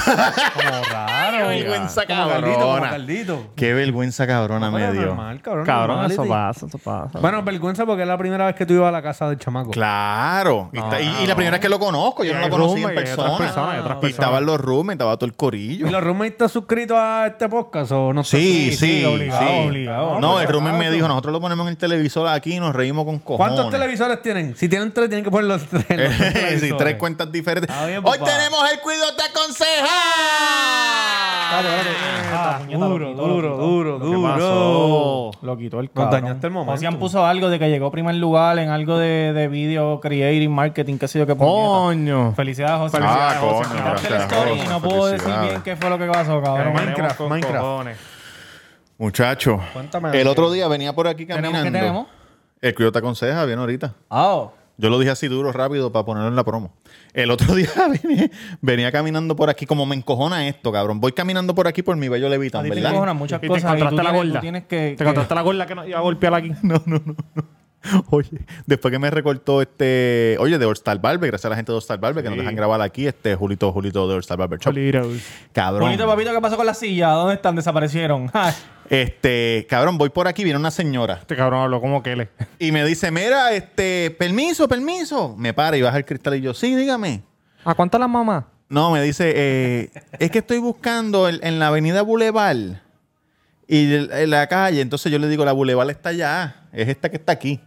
S4: raro.
S2: Qué vergüenza,
S4: Como caldito, como
S2: cabrona. Ah,
S4: caldito.
S2: Qué vergüenza, cabrona, me
S4: Bueno,
S2: dio.
S4: normal, cabrón.
S6: Cabrón,
S4: normal,
S6: eso
S4: y-
S6: pasa, eso pasa.
S4: Bueno, vergüenza porque es la primera vez que tú ibas a la casa del chamaco.
S2: Claro. Y, está- y- y la primera vez que lo conozco, yo no
S6: hay
S2: lo conocí en
S6: roommates, hay otras
S2: persona.
S6: personas, hay otras
S2: y estaban los roommates, estaba todo el corillo.
S4: ¿Y los roommates están suscritos a este podcast o no?
S2: Sí, sí,
S4: están?
S2: sí.
S4: obligado, obligado.
S2: No,
S4: Por
S2: el
S4: si
S2: roommate me
S4: acaso.
S2: dijo, nosotros lo ponemos en el televisor aquí y nos reímos con cojones. <laughs>
S4: ¿Cuántos televisores tienen? Si tienen tres, tienen que poner los tres. los tres.
S2: Agency.
S6: supervisores.
S2: Tres cuentas diferentes.
S1: Está bien,
S2: Hoy
S1: papá.
S2: tenemos el Cuido Te Aconseja.
S1: Ah, puñeta,
S4: duro,
S1: lo quitó, lo
S4: duro,
S1: quitó.
S4: duro,
S6: ¿Qué
S4: duro.
S6: pasó?
S1: Lo quitó el
S4: Nos
S1: cabrón.
S4: dañaste el momento.
S1: O sea, han puso algo de que llegó primer lugar en algo de, de video, creating, marketing, qué sé yo qué puñeta.
S6: Coño.
S1: Felicidades, José.
S2: Ah,
S1: Felicidades,
S2: coño,
S1: José. Ganaste la
S2: gracias,
S1: story
S2: José,
S1: y no puedo decir
S2: felicidades.
S1: bien qué fue lo que pasó, cabrón.
S6: Minecraft, Minecraft.
S2: Muchacho,
S4: Cuéntame,
S2: el
S4: Daniel.
S2: otro día venía por aquí
S1: ¿Tenemos
S2: caminando.
S1: qué tenemos?
S2: El Cuido Te Aconseja, bien ahorita.
S1: Ah, oh.
S2: Yo lo dije así duro, rápido, para ponerlo en la promo. El otro <laughs> día venía, venía caminando por aquí, como me encojona esto, cabrón. Voy caminando por aquí por mi bello
S1: A
S2: levitón,
S1: ti te
S2: ¿verdad?
S1: encojonan muchas
S6: Y te
S1: cosas. y tú
S6: encontraste la
S1: tienes- tú
S6: gorda.
S1: tienes que...
S6: Te
S1: que-
S6: contaste la gorda que nos iba a golpear aquí.
S2: No, no, no, no. Oye, después que me recortó este. Oye, de All Star Barber, gracias a la gente de All Star Barber que nos dejan grabar aquí, este Julito, Julito de All Star Barber Shop. Cabrón.
S1: Bonito papito, ¿qué pasó con la silla? ¿Dónde están? Desaparecieron. <laughs> Ja.
S2: Este, cabrón, voy por aquí, viene una señora
S6: Este cabrón habló como Kele.
S2: y me dice: Mira, este, permiso, permiso. Me para y baja el cristal y yo, sí, dígame.
S6: ¿A cuánto las mamás?
S2: No, me dice, eh, es que estoy buscando el- en la avenida Boulevard y el- en la calle. Entonces yo le digo, la Boulevard está allá. Es esta que está aquí.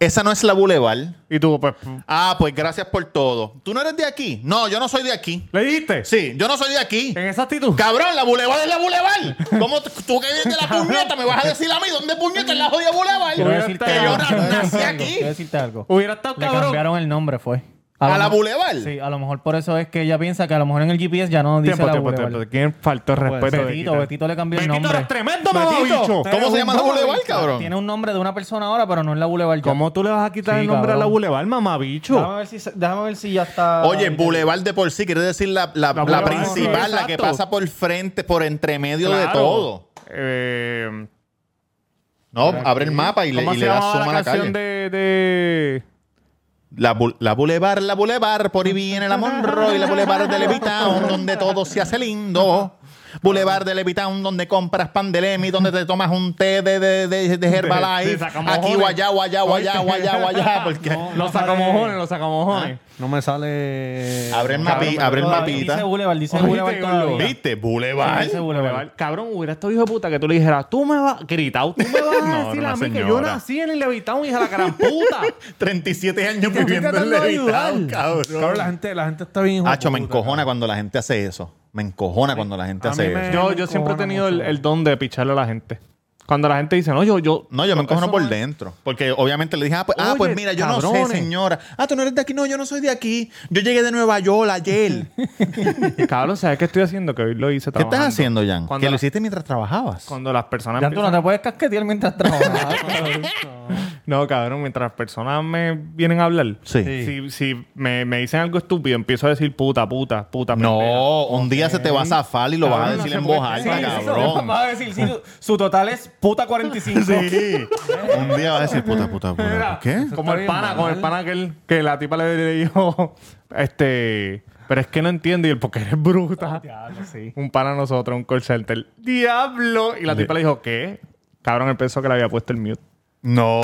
S2: Esa no es la Boulevard.
S6: Y tú, pues.
S2: Ah, pues gracias por todo. ¿Tú no eres de aquí? No, yo no soy de aquí.
S6: ¿Le dijiste?
S2: Sí, yo no soy de aquí.
S6: En esa actitud.
S2: Cabrón, la Boulevard es la Boulevard. ¿Cómo t- tú que vienes de la puñeta me vas a decir a mí dónde puñeta es la jodida Boulevard?
S1: Quiero
S6: Voy a
S1: decirte
S2: que yo
S1: algo.
S2: na-
S1: <laughs>
S2: nací
S1: Quiero
S2: aquí.
S1: decirte algo.
S6: Hubiera estado
S1: Le
S6: cabrón.
S1: cambiaron el nombre, fue.
S2: ¿A la
S1: lo-
S2: Boulevard?
S1: Sí, a lo mejor por eso es que ella piensa que a lo mejor en el GPS ya no dice
S6: Tiempo,
S1: la
S6: tiempo,
S1: Boulevard.
S6: tiempo. ¿Quién faltó el respeto? de
S1: Pues, Betito,
S6: quitar?
S1: Betito le cambió el
S6: Betito
S1: nombre.
S6: eres tremendo mamabicho.
S2: ¿Cómo se llama la Boulevard,
S1: Tiene
S2: cabrón?
S1: un nombre de una persona ahora, pero no es la Boulevard. ya.
S6: ¿Cómo tú le vas a quitar
S1: Sí,
S6: el nombre a la
S1: cabrón.
S6: Boulevard, mamabicho?
S1: Déjame ver si, déjame ver si ya está.
S2: Oye, Boulevard de por sí quiere decir la, la- la
S6: Boulevard,
S2: principal,
S6: sí,
S2: la que
S6: exacto.
S2: pasa por frente, por entre medio de
S6: Claro.
S2: todo.
S6: Eh,
S2: No, abre el mapa y le,
S6: ¿Cómo
S2: y
S6: se
S2: le das
S6: llama
S2: suma a
S6: la
S2: la calle.
S6: canción de, de...
S2: La, bu- la Boulevard, la Boulevard, por ahí viene la Monroe y la Boulevard de Levitown, donde todo se hace lindo. Boulevard de Levitown, donde compras pan de Lemi, donde te tomas un té de, de, de, de
S6: De- de
S2: Herbalife.
S6: sacamojones.
S2: Aquí, guayá, guayá, guayá, guayá,
S6: <laughs>
S2: guayá, porque...
S6: Los sacamojones, los sacamojones?
S4: No me sale.
S2: Abre el, mapi- abre el
S1: Dice
S2: mapita.
S1: Boulevard, dice
S6: Oye,
S1: Boulevard
S6: te
S1: todavía.
S6: digo,
S2: ¿Viste? Boulevard.
S1: Dice Boulevard.
S6: Cabrón, hubiera estado hijo de puta que tú le dijeras, tú me vas, gritado, tú
S2: <laughs>
S6: me vas
S2: No,
S6: a decir
S2: era
S6: a mí
S2: una
S6: que yo
S2: señora.
S6: nací en el Levitown, hija de la gran
S2: <laughs>
S6: puta.
S2: 37 años
S4: estoy
S2: viviendo en
S4: tratando de
S2: Levitown,
S4: ayudar.
S2: cabrón.
S4: Cabrón, la gente, la gente está bien. hijo de
S2: Hacho, me
S4: puta,
S2: encojona cuando la gente hace eso. Me encojona cuando la gente
S4: A mí
S2: hace
S4: me-
S2: eso.
S6: yo yo siempre he tenido el, el don de picharle a la gente. Cuando la gente dice, no, yo, yo.
S2: No, yo me encojono
S6: eso
S2: por
S6: no es-
S2: dentro. Porque obviamente le dije, ah, pues, ah,
S6: Oye,
S2: pues mira, yo no
S6: cabrones.
S2: sé, señora. Ah, tú no eres de aquí. No, yo no soy de aquí. Yo llegué de Nueva York ayer. ¿Qué
S6: <laughs> Cabrón, ¿sabes qué estoy haciendo? Que hoy lo hice trabajando.
S2: estás haciendo, Jan?
S6: Cuando
S2: Que lo
S6: la-
S2: hiciste mientras trabajabas.
S6: Cuando las personas.
S1: Ya tú no
S6: empiezan-
S1: te puedes casquetear mientras trabajas.
S6: No, cabrón, mientras las personas me vienen a hablar.
S2: Sí.
S6: Si, si me, me dicen algo estúpido, empiezo a decir puta, puta, puta. pendeja.
S2: No, un día se te va a zafar y lo vas a
S6: Cabrón, no
S2: decir
S6: se
S2: en
S6: puede
S2: voz alta,
S6: creer.
S1: <laughs>
S6: Sí,
S2: <laughs> cabrón.
S1: Vas a decir, sí, su- su total es puta 45.
S2: <laughs> Sí. un día vas a decir, puta, puta, puta. ¿Qué?
S6: Como el pana, con el pana aquel que la tipa le, le dijo, <laughs> este. Pero es que no entiendo y el porque eres bruta. Un pana a nosotros, un call center. ¡Diablo! Y la tipa le dijo, ¿qué? Cabrón, el peso que le había puesto el mute.
S2: No.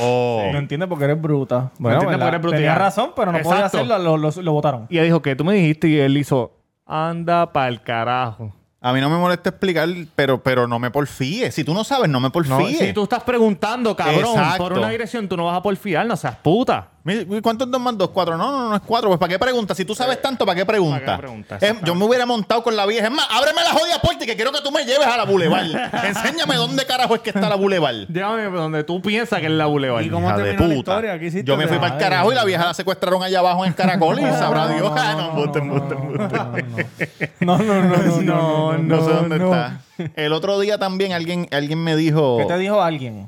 S1: No entiende porque eres bruta.
S6: No entiende
S1: ¿verdad?
S6: porque eres bruta.
S1: Tenía razón, pero no podía
S6: Exacto.
S1: hacerlo. Lo, lo-
S2: <laughs>
S1: lo votaron.
S6: Y ella dijo, ¿qué? Tú me dijiste y él hizo, anda pa'l carajo.
S2: A mí no me molesta explicar, pero, pero no me porfíes. Si tú no sabes, no me
S6: No,
S2: porfíes.
S6: si tú estás preguntando, cabrón,
S2: Exacto.
S6: por una dirección, tú no vas a porfiar, no seas puta.
S2: Mira, ¿Cuánto es 2 más 2? 4. No, no, no es 4. Pues ¿para qué preguntas? Si tú sabes tanto, ¿para qué preguntas?
S6: preguntas?
S2: Es- yo me hubiera montado con la vieja. Es más, ábreme la jodida puerta y que quiero que tú me lleves a la Boulevard. Enséñame dónde carajo es que está la Boulevard.
S6: Llévame donde tú piensas que es la bulevar.
S4: ¿Y cómo
S2: Hija
S4: terminó la historia? ¿Qué hiciste?
S2: yo me fui para el carajo y la vieja la secuestraron allá abajo en el caracol y sabrá Dios. Ah, no, embuste, embuste, embuste.
S1: No, no, no. no, no.
S6: No,
S2: No sé dónde está. El otro día también alguien, alguien me dijo.
S1: ¿Qué te dijo alguien?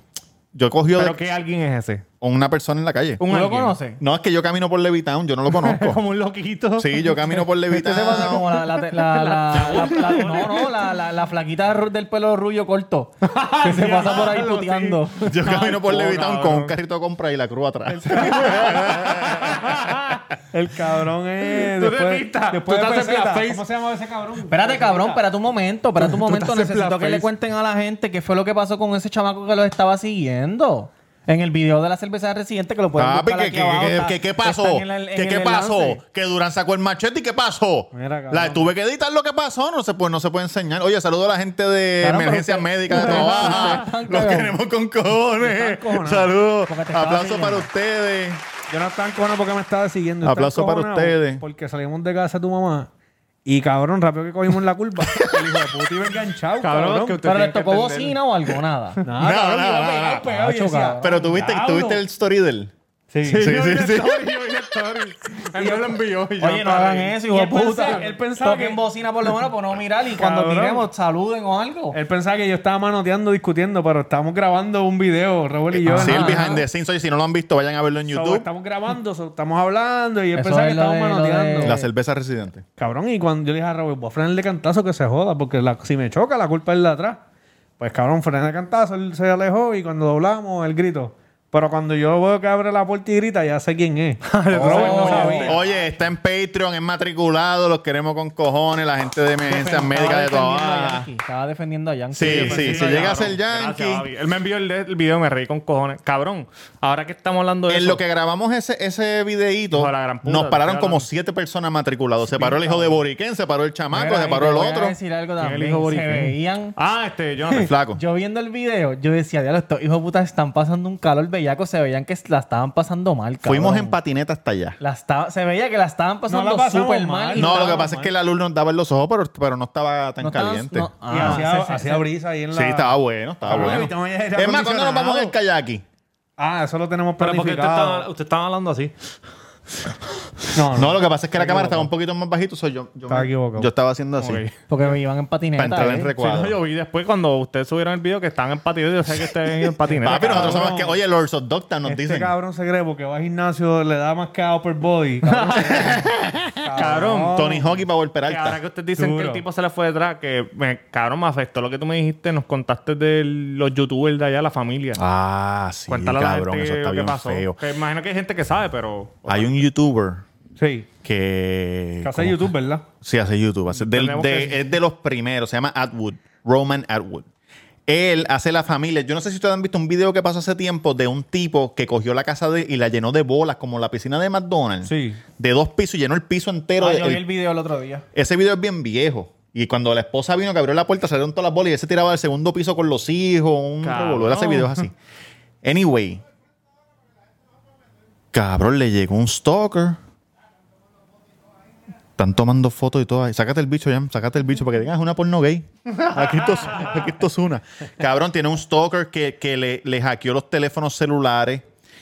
S2: Yo cogió
S6: ¿Pero
S2: de,
S6: qué alguien es ese?
S2: una persona en la calle.
S1: ¿Tú lo
S6: alguien.
S1: conoces?
S2: No, es que yo camino por Levitown, yo no lo
S1: <laughs>
S2: conozco.
S6: Como un loquito.
S2: <laughs> Sí, yo camino por
S1: Esto se pasa
S2: Levitown.
S1: Este como la, la, la, la, la- la- no, no, la, la, la flaquita ru- del pelo rubio
S2: <laughs>
S1: corto. Que se pasa por ahí
S6: Diablo,
S1: puteando.
S2: Yo camino por
S6: no,
S2: Levitown
S6: cabrón.
S2: con un carrito de compra y la cruz atrás.
S4: El cabrón es.
S6: Tú te
S4: después,
S6: pistas,
S4: después
S6: tú
S4: de
S6: te haces
S4: peseta.
S6: blackface.
S4: ¿Cómo se llama ese cabrón?
S1: Espérate, cabrón, espérate un momento, espérate un momento.
S4: estás en
S1: Necesito que
S4: blackface.
S1: le cuenten a la gente qué fue lo que pasó con ese chamaco que los estaba siguiendo. En el video de la cerveza residente que lo pueden
S2: Papi,
S1: buscar
S2: ¿qué,
S1: aquí abajo, está-
S2: qué
S1: está
S2: pasó?
S1: en el- en
S2: ¿Qué,
S1: el
S2: qué pasó?
S1: enlace.
S2: Que Durán sacó el machete y qué pasó?
S4: Mira, cabrón.
S2: la tuve que editar lo que pasó, no se puede, no se puede enseñar. Oye, saludo a la gente de
S1: Claro, pero
S2: emergencias
S1: usted-
S2: médicas de
S1: ustedes-
S2: trabajo.
S1: ustedes están
S2: Los
S1: cagados.
S2: queremos con cojones.
S1: Están cojonados.
S2: Saludos.
S1: Porque te estaba
S2: Aplauso
S1: siguiendo.
S2: para ustedes.
S4: Jonathan Cona, porque me estaba siguiendo? Jonathan
S2: Aplauso para
S4: Cona,
S2: ustedes.
S4: Porque salimos de casa de tu mamá. Y cabrón, rápido que cogimos la
S2: <laughs>
S4: culpa. El hijo de puta iba enganchado,
S6: Cabrón,
S4: cabrón.
S6: que usted
S1: Pero le
S6: tiene que
S1: tocó
S6: entender.
S1: bocina o algo, nada.
S4: Nada,
S2: <laughs> No, no,
S4: cabrón, iba
S2: no,
S4: pegado,
S2: no.
S4: pegado y
S1: Macho,
S4: decía,
S1: cabrón.
S2: Pero tuviste,
S4: diablo.
S2: tuviste el story del.
S4: Sí.
S2: Sí, sí, sí.
S6: Él me lo envió. y yo
S1: Oye, no
S6: para
S1: hagan
S6: ahí.
S1: eso,
S4: Y
S1: hijo de
S4: él pensaba-
S1: puta.
S4: él pensaba
S1: Toquen
S4: que-
S1: bocina por lo menos para no mirar y cuando
S4: Cabrón.
S1: miremos saluden o
S2: Eh,
S1: algo.
S4: Él pensaba que yo estaba manoteando, discutiendo, pero estábamos grabando un video, Raúl y yo.
S2: Ah, Sí, el
S4: Ajá.
S2: behind the scenes. Oye, si no lo han visto, vayan a verlo en
S4: So,
S2: YouTube.
S4: estamos grabando, so, estamos hablando y él
S1: Eso
S4: pensaba
S1: es
S4: que
S1: lo
S4: estábamos
S1: de- lo
S4: manoteando.
S1: de-
S2: La cerveza residente.
S4: Cabrón, y cuando yo le dije a Robert, voy a frenarle cantazo que se joda, porque la- si me choca, la culpa es la de atrás. Pues cabrón, frené cantazo, él se alejó y cuando doblamos, él gritó. Pero cuando yo veo que abre la puerta y grita, ya sé quién
S1: <laughs>
S4: es.
S1: Ah,
S4: Robert no sabía.
S2: Oye, está en Patreon, es matriculado, los queremos con cojones, la gente de emergencias médicas de
S1: defendiendo
S2: todo. Ah.
S1: a Yankee, Estaba defendiendo a Yankee.
S2: Sí,
S6: Pues
S2: sí, si
S6: no,
S2: llega a
S6: cabrón.
S2: ser
S6: Gracias,
S2: Yankee.
S6: Javi. Él me envió el, de- el video y me reí con cojones. Cabrón, ahora que estamos hablando de
S2: En
S6: eso...
S2: lo que grabamos ese, ese videíto,
S6: Hijo de la gran puta,
S2: nos pararon
S6: te estoy
S2: como
S6: hablando.
S2: siete personas matriculados. Se paró el hijo de Boriquén, se paró el
S1: Mira,
S2: chamaco, se
S1: y
S2: paró
S1: te
S2: el
S1: voy a
S2: otro.
S1: decir algo
S6: ¿Quién es el
S1: también.
S6: hijo
S1: Se
S6: boricua?
S1: veían.
S6: Ah, este,
S2: <laughs>
S6: Jonathan.
S2: El flaco.
S1: Yo viendo el video, yo decía, diablo, estos hijos de puta están pasando un calor bellaco. Se veían que la estaban pasando mal, cabrón.
S2: Fuimos en patineta hasta allá.
S1: La estaba- se veía que la estaban pasando
S4: No la pasamos
S1: súper mal.
S4: mal.
S1: y
S2: No, lo
S1: estaban
S2: que pasa es
S1: mal.
S2: que la luz nos daba en los ojos, pero, pero no estaba tan
S1: No estabas-
S2: caliente.
S1: no-
S4: Y
S1: Ah,
S4: hacía,
S1: sí, sí,
S4: hacía
S1: sí.
S4: brisa ahí en la.
S2: Sí, estaba bueno, estaba
S4: Cabrón,
S2: bueno.
S4: evitamos aire
S2: Es más, cuando nos vamos en el kayaki.
S4: Ah, eso lo tenemos
S6: Pero porque usted
S4: planificado.
S6: estaba, usted estaba hablando así.
S4: No,
S2: No, lo que pasa es que la cámara estaba un poquito más bajito, soy yo. Yo,
S4: Estaba
S2: me-
S4: equivocado.
S2: yo estaba haciendo así.
S6: Ok.
S1: Porque me iban en patineta.
S2: Para entrar
S1: ¿eh?
S2: en
S6: Sí, no,
S2: recuadro.
S6: yo vi después cuando ustedes subieron el video que estaban en patineta. Yo sé que estén en patineta.
S2: <laughs> Papi,
S6: cabrón.
S2: nosotros sabemos que, oye, los ortodoxas nos
S4: Este
S2: dicen.
S4: cabrón se cree porque va al gimnasio, le da más que a upper body.
S1: <laughs>
S4: Cabrón,
S6: Cabrón.
S2: Tony Hawk y Power
S6: Que ahora
S2: Peralta.
S6: que ustedes dicen que
S4: Duro.
S6: el tipo se le fue detrás, que me, cabrón, me afectó lo que tú me dijiste. Nos contaste de los youtubers de allá, la familia.
S2: Ah, sí,
S6: Cuéntale a la
S2: cabrón,
S6: gente
S2: eso está
S6: lo que
S2: bien
S6: pasó.
S2: feo.
S6: Que imagino que hay gente que sabe, pero.
S2: Hay un youtuber
S4: sí.
S2: que...
S4: Que hace
S2: ¿cómo?
S4: YouTube, ¿verdad?
S2: Sí, hace YouTube. hace- del-
S6: Tenemos
S2: de-
S6: que-
S2: Es de los primeros. Se llama Atwood. Roman Atwood. Él hace la familia. Yo no sé si ustedes han visto un video que pasó hace tiempo de un tipo que cogió la casa de, y la llenó de bolas, como la piscina de McDonald's.
S4: Sí.
S2: De dos pisos, llenó el piso entero.
S1: Ah,
S2: de-
S1: yo vi
S2: el-
S1: el video el otro día.
S2: Ese video es bien viejo. Y cuando la esposa vino que abrió la puerta, salieron todas las bolas y él se tiraba al segundo piso con los hijos. Un
S6: Cabrón.
S2: revolú. Él hace videos así. Anyway. Cabrón, le llegó un stalker. Están tomando fotos y todo. ahí. Sácate el bicho, Jam. Sácate el bicho para que digas, es una porno gay. Aquí esto, es- aquí esto es una. Cabrón, tiene un stalker que, que le, le hackeó los teléfonos celulares,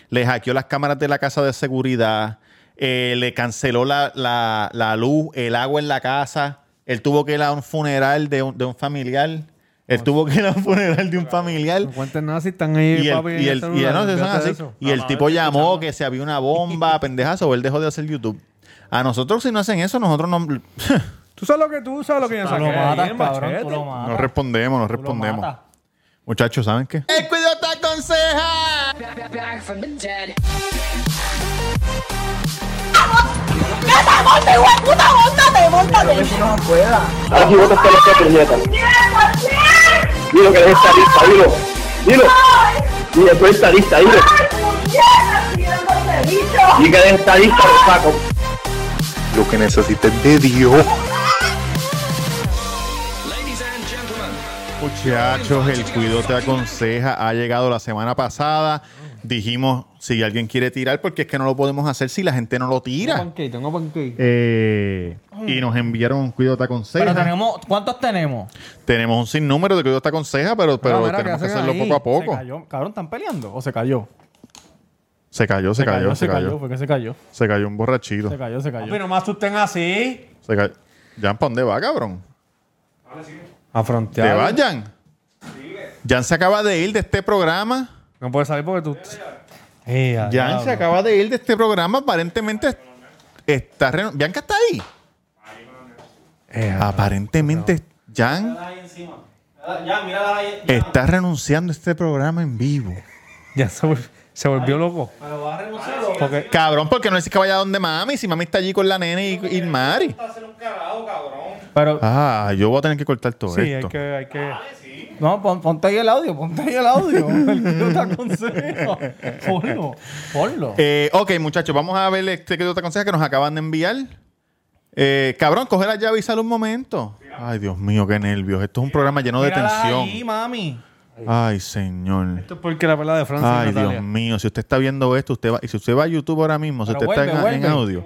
S2: le hackeó las cámaras de la casa de seguridad, eh, le canceló la, la- la luz, el agua en la casa. Él tuvo que ir a un funeral de un, de un familiar. Él tuvo que ir a un funeral de un familiar.
S4: No cuenten nada si están ahí,
S2: Y el,
S4: Eh, papi.
S2: y
S4: en este
S2: el- y
S4: celular,
S2: no, se son
S4: olvídate de
S2: así.
S4: eso.
S2: Y el
S6: Mamá,
S2: tipo
S6: estoy
S2: llamó
S6: escuchando.
S2: que se había una bomba, <laughs> pendejazo, él dejó de hacer YouTube. A nosotros, si no hacen eso, nosotros no, <laughs> no
S4: Tú sabes lo que tú sabes lo que yo
S1: Tú
S4: saqué.
S1: lo
S4: ahí
S1: matas,
S4: en
S1: cabrón.
S4: machete.
S1: Tú lo matas.
S2: respondemos, no
S1: Tú lo
S2: respondemos.
S1: matas.
S2: Muchachos, ¿saben qué? ¡El cuido te aconseja!
S5: Back, back from the dead.
S7: Aquí vos estás loca, puñeta. Dilo que eres estadista, dilo. Dilo. Dilo, tú eres estadista, dilo. Y que eres estadista, lo saco.
S8: lo que necesites de Dios.
S2: Muchachos, el cuido te aconseja ha llegado la semana pasada. Dijimos, si alguien quiere tirar, porque es que no lo podemos hacer si la gente no lo
S4: Tengo
S2: tira.
S4: panqueque, tengo panqueque.
S2: Eh, y nos enviaron un cuido te
S1: Pero
S2: aconseja.
S1: tenemos, ¿cuántos tenemos?
S2: Tenemos un sinnúmero de cuido te aconseja, pero, pero
S4: Mira, mira,
S2: tenemos que
S4: ¿qué hacen
S2: hacerlo
S4: ahí?
S2: poco a
S1: Se
S2: poco.
S1: cayó. Cabrón, ¿están peleando? ¿O se cayó?
S2: Se cayó, se cayó, se cayó.
S1: Fue que se cayó.
S2: Se cayó un borrachito.
S1: Se cayó, se cayó.
S4: Papi, no me asusten así.
S2: Se cayó. Jan, ¿para dónde va, cabrón?
S4: A
S2: ¿Te vas, Jan? Jan se acaba de ir de este programa.
S4: No puedes salir porque tú.
S2: Jan se acaba de ir de este programa. Aparentemente está... reno- Bianca está ahí. Aparentemente Jan está renunciando a este programa en vivo.
S4: Ya se, vol- se volvió loco. Porque
S2: Cabrón, porque no decís que vaya donde mami, si mami está allí con la nene y, y Mari.
S1: Pero,
S2: Ah, yo voy a tener que cortar todo
S4: sí, hay
S2: esto.
S4: que, hay que.
S1: no, pon- ponte ahí el audio, ponte ahí el <laughs> audio. El que no te aconsejo. Ponlo, ponlo.
S2: Eh, ok, muchachos, vamos a ver este que te aconseja que nos acaban de enviar. Eh, cabrón, coge la llave y sale un momento. Ay, Dios mío, qué nervios. Esto es un programa lleno de
S1: Míralas
S2: tensión.
S1: ahí, mami.
S2: Ay, señor.
S4: Esto es porque la pelada de Francia
S2: Ay,
S4: y Natalia.
S2: Dios mío. Si usted está viendo esto, usted va, y si usted va a YouTube ahora mismo, si
S1: Pero
S2: usted está en,
S1: vuelve,
S2: en
S1: vuelve.
S2: audio.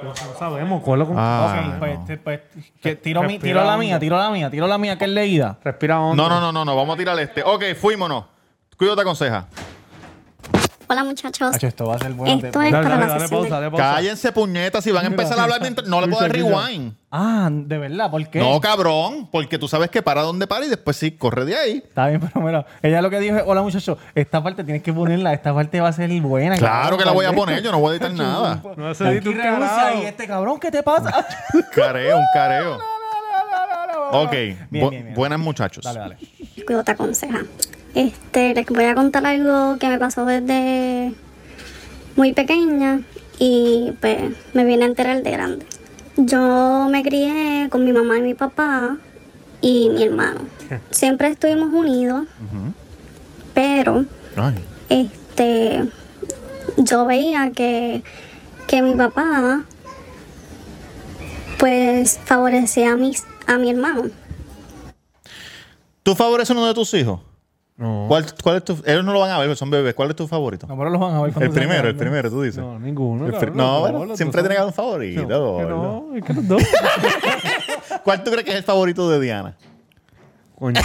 S4: No sabemos, cógelo con...
S2: Ah,
S1: ok, pues,
S4: este,
S1: te- pues, que
S4: Respira
S1: tiro, mi- tiro la
S4: hondo.
S1: mía, tiro la mía, tiro la mía, que es leída.
S4: Respira
S2: no.
S4: hondo.
S2: no, no, no, no, no. Vamos a tirar este. Ok, fuímonos. Cuido te aconseja.
S9: Hola muchachos,
S1: Hacho, esto va a ser bueno.
S9: esto es
S4: Dale,
S9: para
S4: dale,
S9: la
S4: dale
S9: sesión
S4: pausa,
S9: de...
S4: dale pausa.
S2: Cállense, puñetas. Si van a empezar a hablar mientras. No le puedo dar
S4: Luisa, Luisa.
S2: rewind.
S1: Ah, de verdad, ¿por qué?
S2: No, cabrón. Porque tú sabes que para donde para y después sí, corre de ahí.
S1: Está bien, pero mira, ella lo que dijo es, hola muchachos, esta parte tienes que ponerla, esta parte va a ser buena.
S2: Claro que la voy a
S1: Alberto.
S2: poner. Yo no voy a editar nada.
S4: No se
S1: Aquí
S4: edita un
S1: rehúsa,
S4: carajo.
S1: y este cabrón, ¿qué te pasa?
S2: Careo, un careo. Ok.
S1: bien,
S2: bu-
S1: bien.
S2: Buenas, muchachos.
S1: dale, dale.
S9: Cuido te aconseja. Este, les voy a contar algo que me pasó desde muy pequeña y pues me vine a enterar de grande. Yo me crié con mi mamá y mi papá y mi hermano. Siempre estuvimos unidos, pero
S2: Ay.
S9: este yo veía que, que mi papá pues favorecía a mis a mi hermano.
S2: ¿Tú favoreces uno de tus hijos? No. ¿Cuál, cuál es tu, ellos no lo van a ver, son bebés. ¿Cuál es tu favorito?
S1: No, pero los van a ver cuando
S2: el
S1: se
S2: primero, el
S1: acaben.
S2: primero, tú dices.
S4: No, ninguno.
S2: El fr-
S4: cabrón,
S2: no,
S4: los
S2: bueno,
S4: dos, los
S2: siempre
S4: dos
S2: tiene que
S4: son-
S2: haber un favorito.
S4: Que
S2: gordo.
S4: No, es que los dos. <laughs>
S2: ¿Cuál tú crees que es el favorito de Diana?
S4: Coño.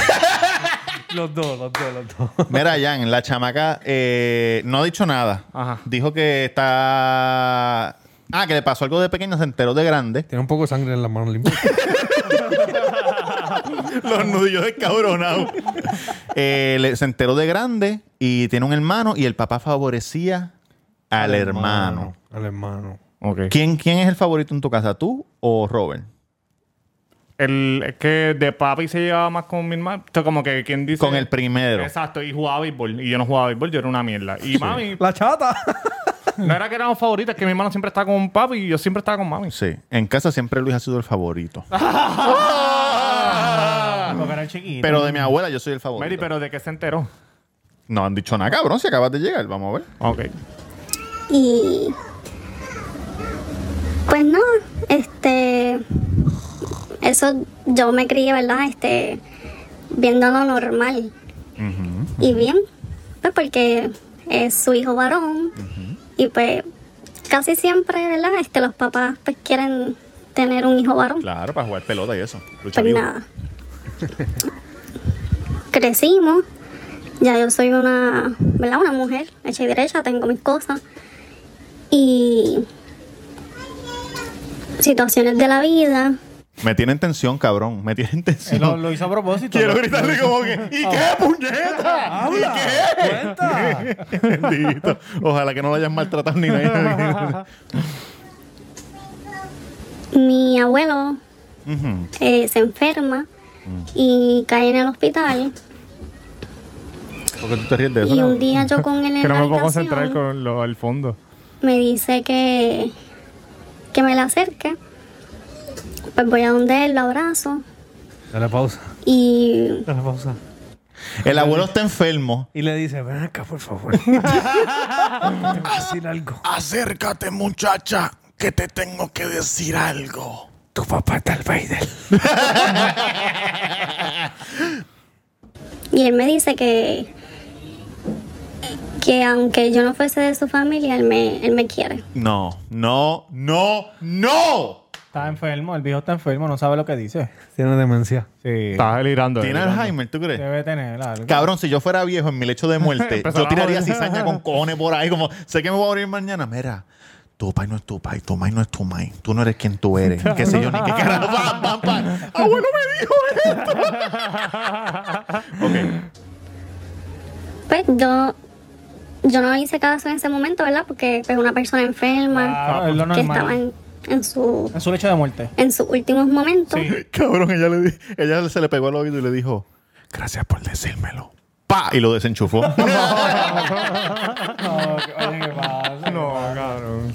S4: los dos, los dos, los dos.
S2: Mira, Jan, la chamaca eh, no ha dicho nada.
S4: Ajá.
S2: Dijo que está. Ah, que le pasó algo de pequeño, se enteró de grande. <laughs>
S4: Tiene un poco de sangre en las manos limpias.
S2: Los nudillos <laughs> descabronados. eh, le- se enteró de grande y tiene un hermano y el papá favorecía al hermano.
S4: Al hermano.
S6: Ok.
S2: ¿Quién, ¿Quién es el favorito en tu casa, tú o Robert?
S6: El, es que de papi se llevaba más con mi hermano. Esto como que quien dice.
S2: Con el primero.
S6: Exacto, y jugaba béisbol. Y yo no jugaba béisbol, yo era una mierda. Y mami,
S4: La chata.
S6: no era que éramos favoritas, que mi hermano siempre estaba con papi y yo siempre estaba con mami.
S2: Sí. En casa siempre Luis ha sido el favorito.
S1: Ah, porque era chiquito.
S2: Pero de mi abuela yo soy el favorito.
S6: Mary, pero ¿de qué se enteró?
S2: No han dicho nada, cabrón. Si acabas de llegar, vamos a ver.
S6: Ok.
S9: Y pues no, este eso yo me crié, ¿verdad? Este viendo lo normal. Y bien, pues porque es su hijo varón y pues casi siempre, ¿verdad? Este los papás pues quieren tener un hijo varón.
S2: Claro, para jugar pelota y eso. Lucha
S9: Pues
S2: libre.
S9: nada. Crecimos. Ya yo soy una, ¿verdad? Una mujer hecha y derecha, tengo mis cosas. Y situaciones de la vida.
S2: Me tienen tensión, cabrón. Me tienen
S1: Él lo,
S2: tensión.
S1: lo hizo a propósito.
S2: Quiero
S1: Lo-
S2: gritarle como que. ¿Y qué, puñeta? ¿Y qué? <laughs> Bendito. Ojalá que no lo hayan maltratado ni nada.
S9: Mi abuelo
S2: Ujú.
S9: eh, se enferma y cae en el hospital.
S2: <laughs> ¿Por qué tú te ríes de eso?
S9: Y un
S2: cabrón?
S9: día yo con él en
S6: Que no
S9: la
S6: me puedo
S9: habitación
S6: concentrar con lo, el fondo.
S9: me dice que, que me la acerque. Pues voy a donde él, lo abrazo
S4: Dale pausa.
S9: y
S4: Dale pausa.
S2: El abuelo está enfermo.
S4: Y le dice, ven acá, por <laughs> favor. Te voy a decir algo.
S2: Acércate, muchacha, que te tengo que decir algo.
S4: Tu papá está el Vader.
S9: Y él me dice que, que aunque yo no fuese de su familia, él me, él me quiere.
S2: No, no, no, no.
S1: Está enfermo, el viejo está enfermo, no sabe lo que dice.
S4: Tiene demencia.
S1: Sí.
S6: Estaba delirando.
S2: ¿Tiene
S6: delirando.
S2: Alzheimer, tú crees?
S1: Debe tener algo.
S2: Cabrón, si yo fuera viejo en mi lecho de muerte,
S6: <laughs>
S2: yo
S6: Empezaba
S2: tiraría
S6: a joder.
S2: cizaña con cojones por ahí, como, sé que me voy a morir mañana. Mira, tu pai no es tu pai, tu mai no es tu mai, tú no eres quien tú eres. qué sé yo, ni qué
S6: <laughs>
S2: carajo. Pam, pam, pam. Abuelo me dijo esto. ok.
S9: Pues yo, yo no hice caso en ese momento, ¿verdad? Porque es una persona enferma
S1: Claro, es Ah, lo
S9: que estaba
S1: normal.
S9: en, en su,
S1: En su lecho de muerte.
S9: en sus últimos momentos.
S2: Cabrón, ella, le di- ella se le pegó al oído y le dijo, gracias por decírmelo. ¡Pa! Y lo desenchufó.
S1: <laughs> oye, ¿qué pasa?
S6: No, cabrón.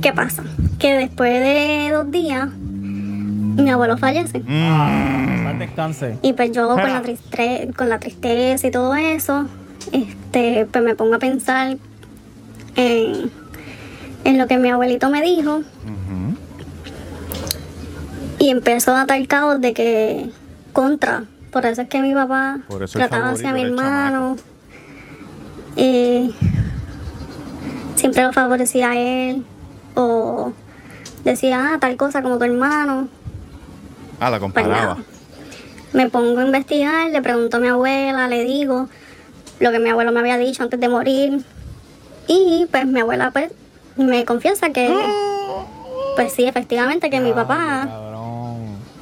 S9: ¿Qué pasa? Que después de dos días, mi abuelo fallece.
S1: Más descanse.
S9: Y pues yo con la, tristre- con la tristeza y todo eso, este, pues me pongo a pensar en, en lo que mi abuelito me dijo. Y empezó a atar caos de que contra. Por eso es que mi papá
S2: Por eso el
S9: trataba hacia mi
S2: favorito era el
S9: hermano. Y siempre lo favorecía a él. O decía, ah, tal cosa como tu hermano.
S2: Ah, la
S9: Pues
S2: comparaba.
S9: nada. Me pongo a investigar, le pregunto a mi abuela, le digo lo que mi abuelo me había dicho antes de morir. Y pues mi abuela pues me confiesa que pues sí, efectivamente que mi papá